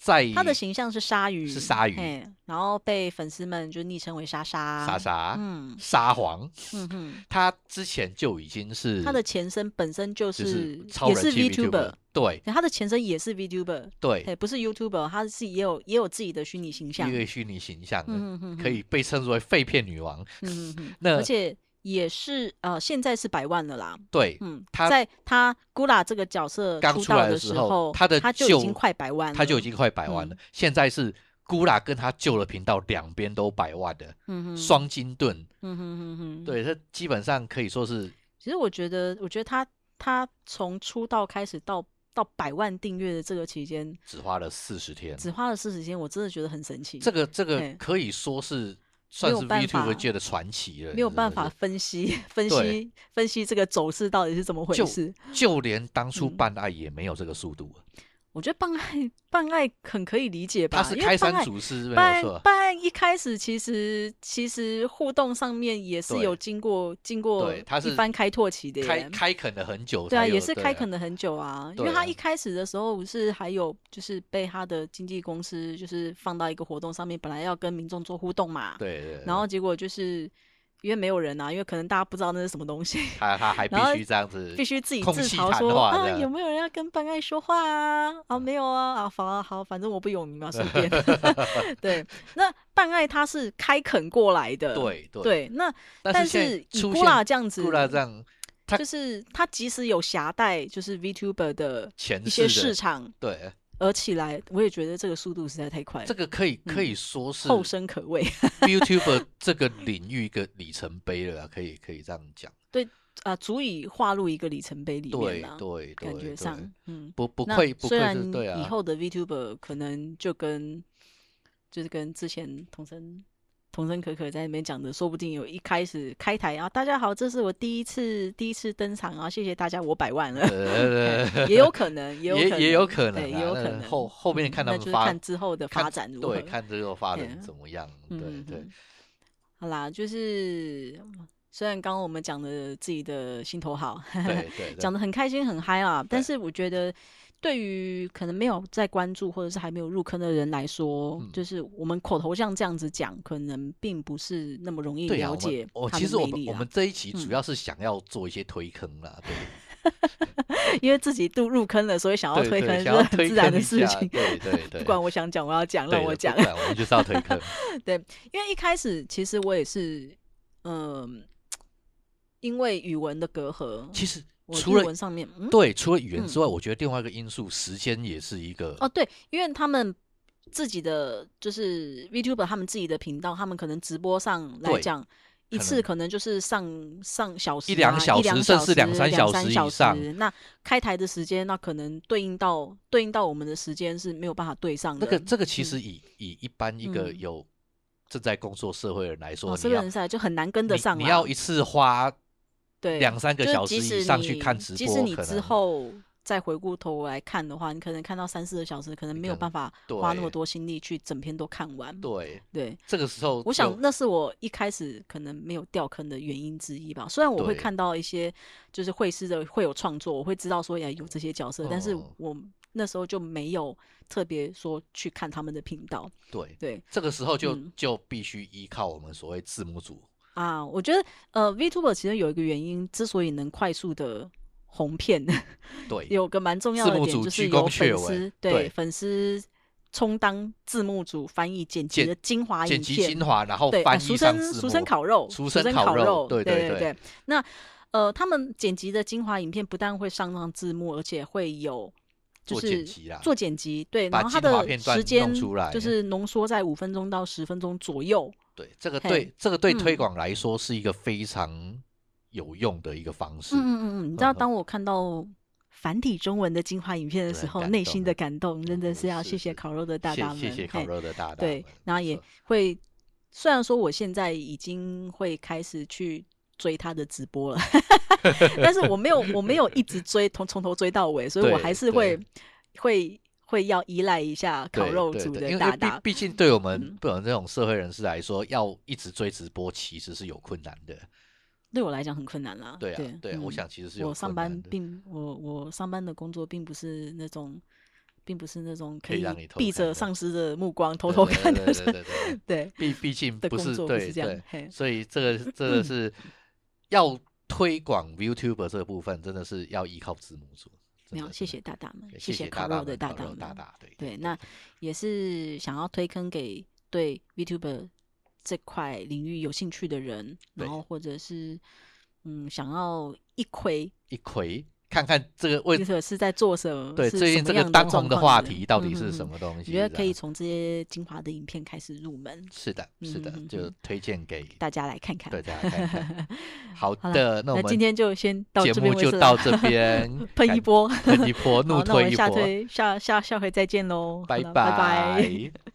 [SPEAKER 1] 在
[SPEAKER 2] 他的形象是鲨鱼，
[SPEAKER 1] 是鲨鱼
[SPEAKER 2] 嘿，然后被粉丝们就昵称为莎莎，
[SPEAKER 1] 莎莎
[SPEAKER 2] 嗯
[SPEAKER 1] 沙皇，
[SPEAKER 2] 嗯哼，
[SPEAKER 1] 他之前就已经是
[SPEAKER 2] 他的前身本身就
[SPEAKER 1] 就是
[SPEAKER 2] 是
[SPEAKER 1] 超
[SPEAKER 2] 也
[SPEAKER 1] 人
[SPEAKER 2] 是
[SPEAKER 1] 气
[SPEAKER 2] VTuber，
[SPEAKER 1] 对
[SPEAKER 2] 对他的前身也是 VTuber，
[SPEAKER 1] 对，
[SPEAKER 2] 嘿，不是 YouTuber，他是也有也有自己的虚拟形象
[SPEAKER 1] 一，个虚拟形象
[SPEAKER 2] 嗯哼哼
[SPEAKER 1] 可以被称之为废片女王，
[SPEAKER 2] 嗯嗯嗯，
[SPEAKER 1] 那
[SPEAKER 2] 而且也是呃，现在是百万了啦，
[SPEAKER 1] 对，
[SPEAKER 2] 嗯，
[SPEAKER 1] 他
[SPEAKER 2] 在他 Gula 这个角色
[SPEAKER 1] 刚
[SPEAKER 2] 出
[SPEAKER 1] 出
[SPEAKER 2] 道
[SPEAKER 1] 来的
[SPEAKER 2] 的
[SPEAKER 1] 时
[SPEAKER 2] 时
[SPEAKER 1] 候
[SPEAKER 2] 候，
[SPEAKER 1] 他的
[SPEAKER 2] 他就
[SPEAKER 1] 旧
[SPEAKER 2] 已经快百万了，
[SPEAKER 1] 他就已经快百万
[SPEAKER 2] 嗯
[SPEAKER 1] 了，现在是古拉跟他旧的频道两边都百万的
[SPEAKER 2] 嗯哼，
[SPEAKER 1] 双金盾，
[SPEAKER 2] 嗯哼哼哼，。
[SPEAKER 1] 对他基本上可以说是
[SPEAKER 2] 其实我觉得，我觉得他他从出道开始到到百万订阅的这个期间，
[SPEAKER 1] 只花了四十天，
[SPEAKER 2] 只花了四十天，我真的觉得很神奇，
[SPEAKER 1] 这个这个
[SPEAKER 2] 嘿
[SPEAKER 1] 可以说是算
[SPEAKER 2] 有
[SPEAKER 1] 是
[SPEAKER 2] 办法
[SPEAKER 1] VTuber 界的传奇了，
[SPEAKER 2] 没有
[SPEAKER 1] 真的
[SPEAKER 2] 办法
[SPEAKER 1] 是。
[SPEAKER 2] 分析 分
[SPEAKER 1] 对
[SPEAKER 2] 析分析这个走势到底是怎么回
[SPEAKER 1] 就
[SPEAKER 2] 事。
[SPEAKER 1] 就连当初
[SPEAKER 2] 嗯
[SPEAKER 1] 办爱也没有这个速度，啊
[SPEAKER 2] 我觉得办爱办爱很可以理解吧，
[SPEAKER 1] 他是
[SPEAKER 2] 啊因为
[SPEAKER 1] 开
[SPEAKER 2] 办
[SPEAKER 1] 山
[SPEAKER 2] 爱
[SPEAKER 1] 祖师，没有
[SPEAKER 2] 办
[SPEAKER 1] 错。
[SPEAKER 2] 办案一开始其实其实互动上面也是
[SPEAKER 1] 对
[SPEAKER 2] 有经过经过
[SPEAKER 1] 对他是
[SPEAKER 2] 一番开拓期的
[SPEAKER 1] 开
[SPEAKER 2] 耶，
[SPEAKER 1] 开垦了很久才有，
[SPEAKER 2] 对啊，也是开垦
[SPEAKER 1] 了，
[SPEAKER 2] 了很久啊，因
[SPEAKER 1] 对
[SPEAKER 2] 为
[SPEAKER 1] 啊
[SPEAKER 2] 他一开始的时候不是还有就是被他的经纪公司就是放到一个活动上面，本来要跟民众做互动嘛，
[SPEAKER 1] 对对。对
[SPEAKER 2] 然后结果就是因为没有人啊，因为可能大家不知道那是什么 东西，
[SPEAKER 1] 他他还必
[SPEAKER 2] 然后
[SPEAKER 1] 须这样子，
[SPEAKER 2] 必须自己
[SPEAKER 1] 空
[SPEAKER 2] 自
[SPEAKER 1] 气
[SPEAKER 2] 嘲
[SPEAKER 1] 谈
[SPEAKER 2] 说
[SPEAKER 1] 话
[SPEAKER 2] 啊
[SPEAKER 1] 这样嗯
[SPEAKER 2] 有没有人要跟办爱说话啊？啊没有啊啊好啊好，反正我不有名嘛，随 便。对，那办爱他是开垦过来的，
[SPEAKER 1] 对对。
[SPEAKER 2] 对，那
[SPEAKER 1] 但现
[SPEAKER 2] 是
[SPEAKER 1] 在
[SPEAKER 2] 以
[SPEAKER 1] 出
[SPEAKER 2] 古拉
[SPEAKER 1] 现
[SPEAKER 2] 这样子，
[SPEAKER 1] 古拉这样他
[SPEAKER 2] 就是他即使有携带就是 VTuber 的
[SPEAKER 1] 前
[SPEAKER 2] 一些
[SPEAKER 1] 世的
[SPEAKER 2] 市场
[SPEAKER 1] 对，
[SPEAKER 2] 而起来，我也觉得这个速度实在太快
[SPEAKER 1] 这
[SPEAKER 2] 了，
[SPEAKER 1] 个可以可
[SPEAKER 2] 嗯
[SPEAKER 1] 以说是
[SPEAKER 2] 后生可畏
[SPEAKER 1] YouTuber 这个领域一个里程碑了啊啦，可以可以这样讲。
[SPEAKER 2] 啊，足以划入一个里程碑里面
[SPEAKER 1] 对
[SPEAKER 2] 了。
[SPEAKER 1] 对对，
[SPEAKER 2] 感觉
[SPEAKER 1] 对
[SPEAKER 2] 上，嗯，
[SPEAKER 1] 不不
[SPEAKER 2] 那
[SPEAKER 1] 愧不愧
[SPEAKER 2] 虽然
[SPEAKER 1] 是对啊
[SPEAKER 2] 以， 后的 VTuber 可能就跟就是跟之前童声童声可可在那边讲的，说不定有一开始开台啊，大家好，这是我第一次第一次登场啊，谢谢大家，我百万了。
[SPEAKER 1] 呃
[SPEAKER 2] 也有可能，也有
[SPEAKER 1] 也
[SPEAKER 2] 可
[SPEAKER 1] 也有可能
[SPEAKER 2] 对，
[SPEAKER 1] 啊，
[SPEAKER 2] 也有
[SPEAKER 1] 那
[SPEAKER 2] 可能。嗯
[SPEAKER 1] 后后面看他
[SPEAKER 2] 那
[SPEAKER 1] 们
[SPEAKER 2] 就是
[SPEAKER 1] 发
[SPEAKER 2] 看之后的
[SPEAKER 1] 看
[SPEAKER 2] 发展如何。
[SPEAKER 1] 对，看最后发
[SPEAKER 2] 对
[SPEAKER 1] 展
[SPEAKER 2] 啊
[SPEAKER 1] 怎么样，对
[SPEAKER 2] 嗯嗯
[SPEAKER 1] 对
[SPEAKER 2] 嗯，好啦，就是虽然刚刚我们讲的自己的心头好，
[SPEAKER 1] 对对，对
[SPEAKER 2] 嗯讲的很开心很嗨啦，但
[SPEAKER 1] 对
[SPEAKER 2] 是我觉得对于可能没有在关注或者是还没有入坑的人来说，
[SPEAKER 1] 嗯
[SPEAKER 2] 就是我们口头上这样子讲，可能并不是那么容易
[SPEAKER 1] 对啊，
[SPEAKER 2] 了
[SPEAKER 1] 我
[SPEAKER 2] 解
[SPEAKER 1] 们我
[SPEAKER 2] 它
[SPEAKER 1] 其
[SPEAKER 2] 的
[SPEAKER 1] 实我
[SPEAKER 2] 魅
[SPEAKER 1] 们
[SPEAKER 2] 力
[SPEAKER 1] 我
[SPEAKER 2] 啊
[SPEAKER 1] 们，这一期主
[SPEAKER 2] 嗯
[SPEAKER 1] 要是想要做一些推坑啦， 对
[SPEAKER 2] 因为自己都入坑了，所以想要
[SPEAKER 1] 对
[SPEAKER 2] 哦推
[SPEAKER 1] 对
[SPEAKER 2] 坑是
[SPEAKER 1] 想要
[SPEAKER 2] 很
[SPEAKER 1] 推
[SPEAKER 2] 自然
[SPEAKER 1] 坑
[SPEAKER 2] 的
[SPEAKER 1] 一
[SPEAKER 2] 事
[SPEAKER 1] 下，
[SPEAKER 2] 情。
[SPEAKER 1] 对对 对，
[SPEAKER 2] 不管我想讲，我要讲，
[SPEAKER 1] 对
[SPEAKER 2] 让我
[SPEAKER 1] 的
[SPEAKER 2] 讲
[SPEAKER 1] 不。管我们就是要推 坑，
[SPEAKER 2] 因为一开始其实我也是，嗯、因为语文的隔阂，
[SPEAKER 1] 其实
[SPEAKER 2] 我
[SPEAKER 1] 除
[SPEAKER 2] 日
[SPEAKER 1] 了
[SPEAKER 2] 文上面，嗯，
[SPEAKER 1] 对，除了语言之外，我觉得另外一个因素，时间也是一个。
[SPEAKER 2] 哦对，因为他们自己的就是 VTuber 他们自己的频道，他们可能直播上来
[SPEAKER 1] 对
[SPEAKER 2] 讲。一
[SPEAKER 1] 可
[SPEAKER 2] 次
[SPEAKER 1] 能
[SPEAKER 2] 可能就是上上小时、啊，
[SPEAKER 1] 两小
[SPEAKER 2] 一两
[SPEAKER 1] 时
[SPEAKER 2] 小
[SPEAKER 1] 甚至两
[SPEAKER 2] 时
[SPEAKER 1] 三
[SPEAKER 2] 两
[SPEAKER 1] 小
[SPEAKER 2] 三
[SPEAKER 1] 时以
[SPEAKER 2] 小
[SPEAKER 1] 上
[SPEAKER 2] 时那开台的时间，那可能对应到对应到我们的时间是没有办法对上
[SPEAKER 1] 那
[SPEAKER 2] 的。
[SPEAKER 1] 个这个其
[SPEAKER 2] 嗯
[SPEAKER 1] 实以以一般一个
[SPEAKER 2] 嗯
[SPEAKER 1] 有正在工作社会的人来说，
[SPEAKER 2] 哦，这
[SPEAKER 1] 你
[SPEAKER 2] 个
[SPEAKER 1] 要
[SPEAKER 2] 人下来就很难跟得
[SPEAKER 1] 你
[SPEAKER 2] 上
[SPEAKER 1] 你
[SPEAKER 2] 啦
[SPEAKER 1] 要一次花
[SPEAKER 2] 对
[SPEAKER 1] 两三个
[SPEAKER 2] 就是
[SPEAKER 1] 小时
[SPEAKER 2] 即
[SPEAKER 1] 以
[SPEAKER 2] 使
[SPEAKER 1] 上去看
[SPEAKER 2] 你
[SPEAKER 1] 直
[SPEAKER 2] 即
[SPEAKER 1] 播
[SPEAKER 2] 使你
[SPEAKER 1] 可
[SPEAKER 2] 之
[SPEAKER 1] 能
[SPEAKER 2] 后再回过头来看的话，你可能看到三四个小时，可能
[SPEAKER 1] 你可
[SPEAKER 2] 没有
[SPEAKER 1] 能
[SPEAKER 2] 办法花那么
[SPEAKER 1] 对
[SPEAKER 2] 多心力去整篇都看完。
[SPEAKER 1] 对
[SPEAKER 2] 对，
[SPEAKER 1] 这个时候就，
[SPEAKER 2] 我想那是我一开始可能没有掉坑的原因之一吧。虽然我会
[SPEAKER 1] 对
[SPEAKER 2] 看到一些就是绘师的会有创作，我会知道说哎有这些角色，但是
[SPEAKER 1] 嗯
[SPEAKER 2] 我那时候就没有特别说去看他们的频道。
[SPEAKER 1] 对
[SPEAKER 2] 对
[SPEAKER 1] 这个时候就
[SPEAKER 2] 嗯
[SPEAKER 1] 就必须依靠我们所谓字幕组，
[SPEAKER 2] 啊，我觉得呃，Vtuber 其实有一个原因，之所以能快速的红遍。
[SPEAKER 1] 对
[SPEAKER 2] 有个蛮重要
[SPEAKER 1] 字
[SPEAKER 2] 的
[SPEAKER 1] 幕
[SPEAKER 2] 点，
[SPEAKER 1] 组
[SPEAKER 2] 就
[SPEAKER 1] 鞠
[SPEAKER 2] 是
[SPEAKER 1] 躬却
[SPEAKER 2] 有粉
[SPEAKER 1] 尾
[SPEAKER 2] 丝
[SPEAKER 1] 对
[SPEAKER 2] 对粉丝充当字幕组翻译剪辑
[SPEAKER 1] 剪
[SPEAKER 2] 的精华
[SPEAKER 1] 剪
[SPEAKER 2] 影
[SPEAKER 1] 辑
[SPEAKER 2] 片
[SPEAKER 1] 精，华，然后
[SPEAKER 2] 对，
[SPEAKER 1] 翻
[SPEAKER 2] 啊俗
[SPEAKER 1] 译上
[SPEAKER 2] 称
[SPEAKER 1] 字
[SPEAKER 2] 俗
[SPEAKER 1] 幕，
[SPEAKER 2] 称烤肉，
[SPEAKER 1] 俗
[SPEAKER 2] 俗
[SPEAKER 1] 称
[SPEAKER 2] 称
[SPEAKER 1] 烤肉
[SPEAKER 2] 肉，
[SPEAKER 1] 对对
[SPEAKER 2] 对
[SPEAKER 1] 对
[SPEAKER 2] 对。那呃，他们剪辑的精华影片不但会上上字幕，而且会有。就
[SPEAKER 1] 做剪
[SPEAKER 2] 是
[SPEAKER 1] 辑啦
[SPEAKER 2] 做剪辑，对，
[SPEAKER 1] 把
[SPEAKER 2] 然后它
[SPEAKER 1] 精华
[SPEAKER 2] 的
[SPEAKER 1] 片段
[SPEAKER 2] 时
[SPEAKER 1] 弄
[SPEAKER 2] 间
[SPEAKER 1] 出来
[SPEAKER 2] 就是浓缩在五分钟到十分钟左右，
[SPEAKER 1] 对，这个
[SPEAKER 2] 嘿
[SPEAKER 1] 对这个对推
[SPEAKER 2] 嗯
[SPEAKER 1] 广来说是一个非常有用的一个方式。
[SPEAKER 2] 嗯嗯嗯，你知道，当我看到繁体中文的精华影片的
[SPEAKER 1] 对
[SPEAKER 2] 时
[SPEAKER 1] 很
[SPEAKER 2] 候，
[SPEAKER 1] 感
[SPEAKER 2] 内
[SPEAKER 1] 动
[SPEAKER 2] 心的感动真的
[SPEAKER 1] 嗯
[SPEAKER 2] 是要
[SPEAKER 1] 是
[SPEAKER 2] 谢谢
[SPEAKER 1] 是
[SPEAKER 2] 烤肉的大
[SPEAKER 1] 谢
[SPEAKER 2] 大们，
[SPEAKER 1] 谢谢烤
[SPEAKER 2] 嘿
[SPEAKER 1] 肉的大大
[SPEAKER 2] 对
[SPEAKER 1] 们，
[SPEAKER 2] 然后
[SPEAKER 1] 没
[SPEAKER 2] 也
[SPEAKER 1] 错
[SPEAKER 2] 会，虽然说我现在已经会开始去追他的直播了， 但是我没有我没有一直追从从头追到尾，所以我
[SPEAKER 1] 对
[SPEAKER 2] 还是
[SPEAKER 1] 对
[SPEAKER 2] 会会会要依赖一下 烤
[SPEAKER 1] 对
[SPEAKER 2] 肉
[SPEAKER 1] 对
[SPEAKER 2] 组
[SPEAKER 1] 对
[SPEAKER 2] 的
[SPEAKER 1] 因为
[SPEAKER 2] 大
[SPEAKER 1] 毕
[SPEAKER 2] 大。
[SPEAKER 1] 毕竟对我们
[SPEAKER 2] 嗯
[SPEAKER 1] 不能这种社会人士来说，要一直追直播其实是有困难的。
[SPEAKER 2] 对我来讲很困难啦。
[SPEAKER 1] 对啊，
[SPEAKER 2] 对，
[SPEAKER 1] 对啊，我
[SPEAKER 2] 嗯
[SPEAKER 1] 想其实是有
[SPEAKER 2] 我上
[SPEAKER 1] 困难
[SPEAKER 2] 班
[SPEAKER 1] 的
[SPEAKER 2] 并我我上班的工作并不是那种，并不是那种
[SPEAKER 1] 可以
[SPEAKER 2] 以
[SPEAKER 1] 让你偷
[SPEAKER 2] 避
[SPEAKER 1] 看的
[SPEAKER 2] 着上司的目光偷
[SPEAKER 1] 对
[SPEAKER 2] 偷
[SPEAKER 1] 对
[SPEAKER 2] 看
[SPEAKER 1] 对
[SPEAKER 2] 的
[SPEAKER 1] 对
[SPEAKER 2] 人
[SPEAKER 1] 对对对
[SPEAKER 2] 对
[SPEAKER 1] 毕毕竟
[SPEAKER 2] 的
[SPEAKER 1] 不
[SPEAKER 2] 工
[SPEAKER 1] 是
[SPEAKER 2] 作不
[SPEAKER 1] 对
[SPEAKER 2] 是这样
[SPEAKER 1] 对，
[SPEAKER 2] 嘿
[SPEAKER 1] 所以这 个真的是要推广 VTuber 这个部分，真的是要依靠字幕组。
[SPEAKER 2] 没
[SPEAKER 1] 真
[SPEAKER 2] 有，
[SPEAKER 1] 的
[SPEAKER 2] 谢
[SPEAKER 1] 真
[SPEAKER 2] 谢大大们
[SPEAKER 1] 的，
[SPEAKER 2] 谢
[SPEAKER 1] 谢
[SPEAKER 2] 烤
[SPEAKER 1] 大
[SPEAKER 2] 肉的
[SPEAKER 1] 大
[SPEAKER 2] 大
[SPEAKER 1] 们，烤肉
[SPEAKER 2] 们，
[SPEAKER 1] 大大对
[SPEAKER 2] 对，那也是想要推坑给对 VTuber 这块领域有兴趣的人，
[SPEAKER 1] 对
[SPEAKER 2] 然后或者是嗯想要一窥
[SPEAKER 1] 一窥看看这个为
[SPEAKER 2] VTuber 是在做什么，
[SPEAKER 1] 对
[SPEAKER 2] 是
[SPEAKER 1] 最
[SPEAKER 2] 什
[SPEAKER 1] 近
[SPEAKER 2] 么
[SPEAKER 1] 这个
[SPEAKER 2] 样
[SPEAKER 1] 当
[SPEAKER 2] 状
[SPEAKER 1] 红的
[SPEAKER 2] 况
[SPEAKER 1] 话
[SPEAKER 2] 的
[SPEAKER 1] 题到底是什？
[SPEAKER 2] 嗯嗯嗯
[SPEAKER 1] 么东
[SPEAKER 2] 我
[SPEAKER 1] 西？
[SPEAKER 2] 觉得可以
[SPEAKER 1] 这样
[SPEAKER 2] 从这些精华的影片开始入门，
[SPEAKER 1] 是的，是的
[SPEAKER 2] 嗯嗯，嗯
[SPEAKER 1] 就
[SPEAKER 2] 嗯
[SPEAKER 1] 推荐给
[SPEAKER 2] 大家来看看。
[SPEAKER 1] 对大家看看。好
[SPEAKER 2] 好啦
[SPEAKER 1] 的，那我
[SPEAKER 2] 那
[SPEAKER 1] 们
[SPEAKER 2] 今天就先到
[SPEAKER 1] 节
[SPEAKER 2] 这边
[SPEAKER 1] 目
[SPEAKER 2] 为
[SPEAKER 1] 就
[SPEAKER 2] 止
[SPEAKER 1] 到
[SPEAKER 2] 啦
[SPEAKER 1] 这边，
[SPEAKER 2] 喷
[SPEAKER 1] 感
[SPEAKER 2] 一波，
[SPEAKER 1] 喷一波，怒
[SPEAKER 2] 好，那我
[SPEAKER 1] 推
[SPEAKER 2] 们
[SPEAKER 1] 一
[SPEAKER 2] 下
[SPEAKER 1] 波，
[SPEAKER 2] 推下下下回再见喽，好
[SPEAKER 1] 拜
[SPEAKER 2] 了拜拜。
[SPEAKER 1] 拜。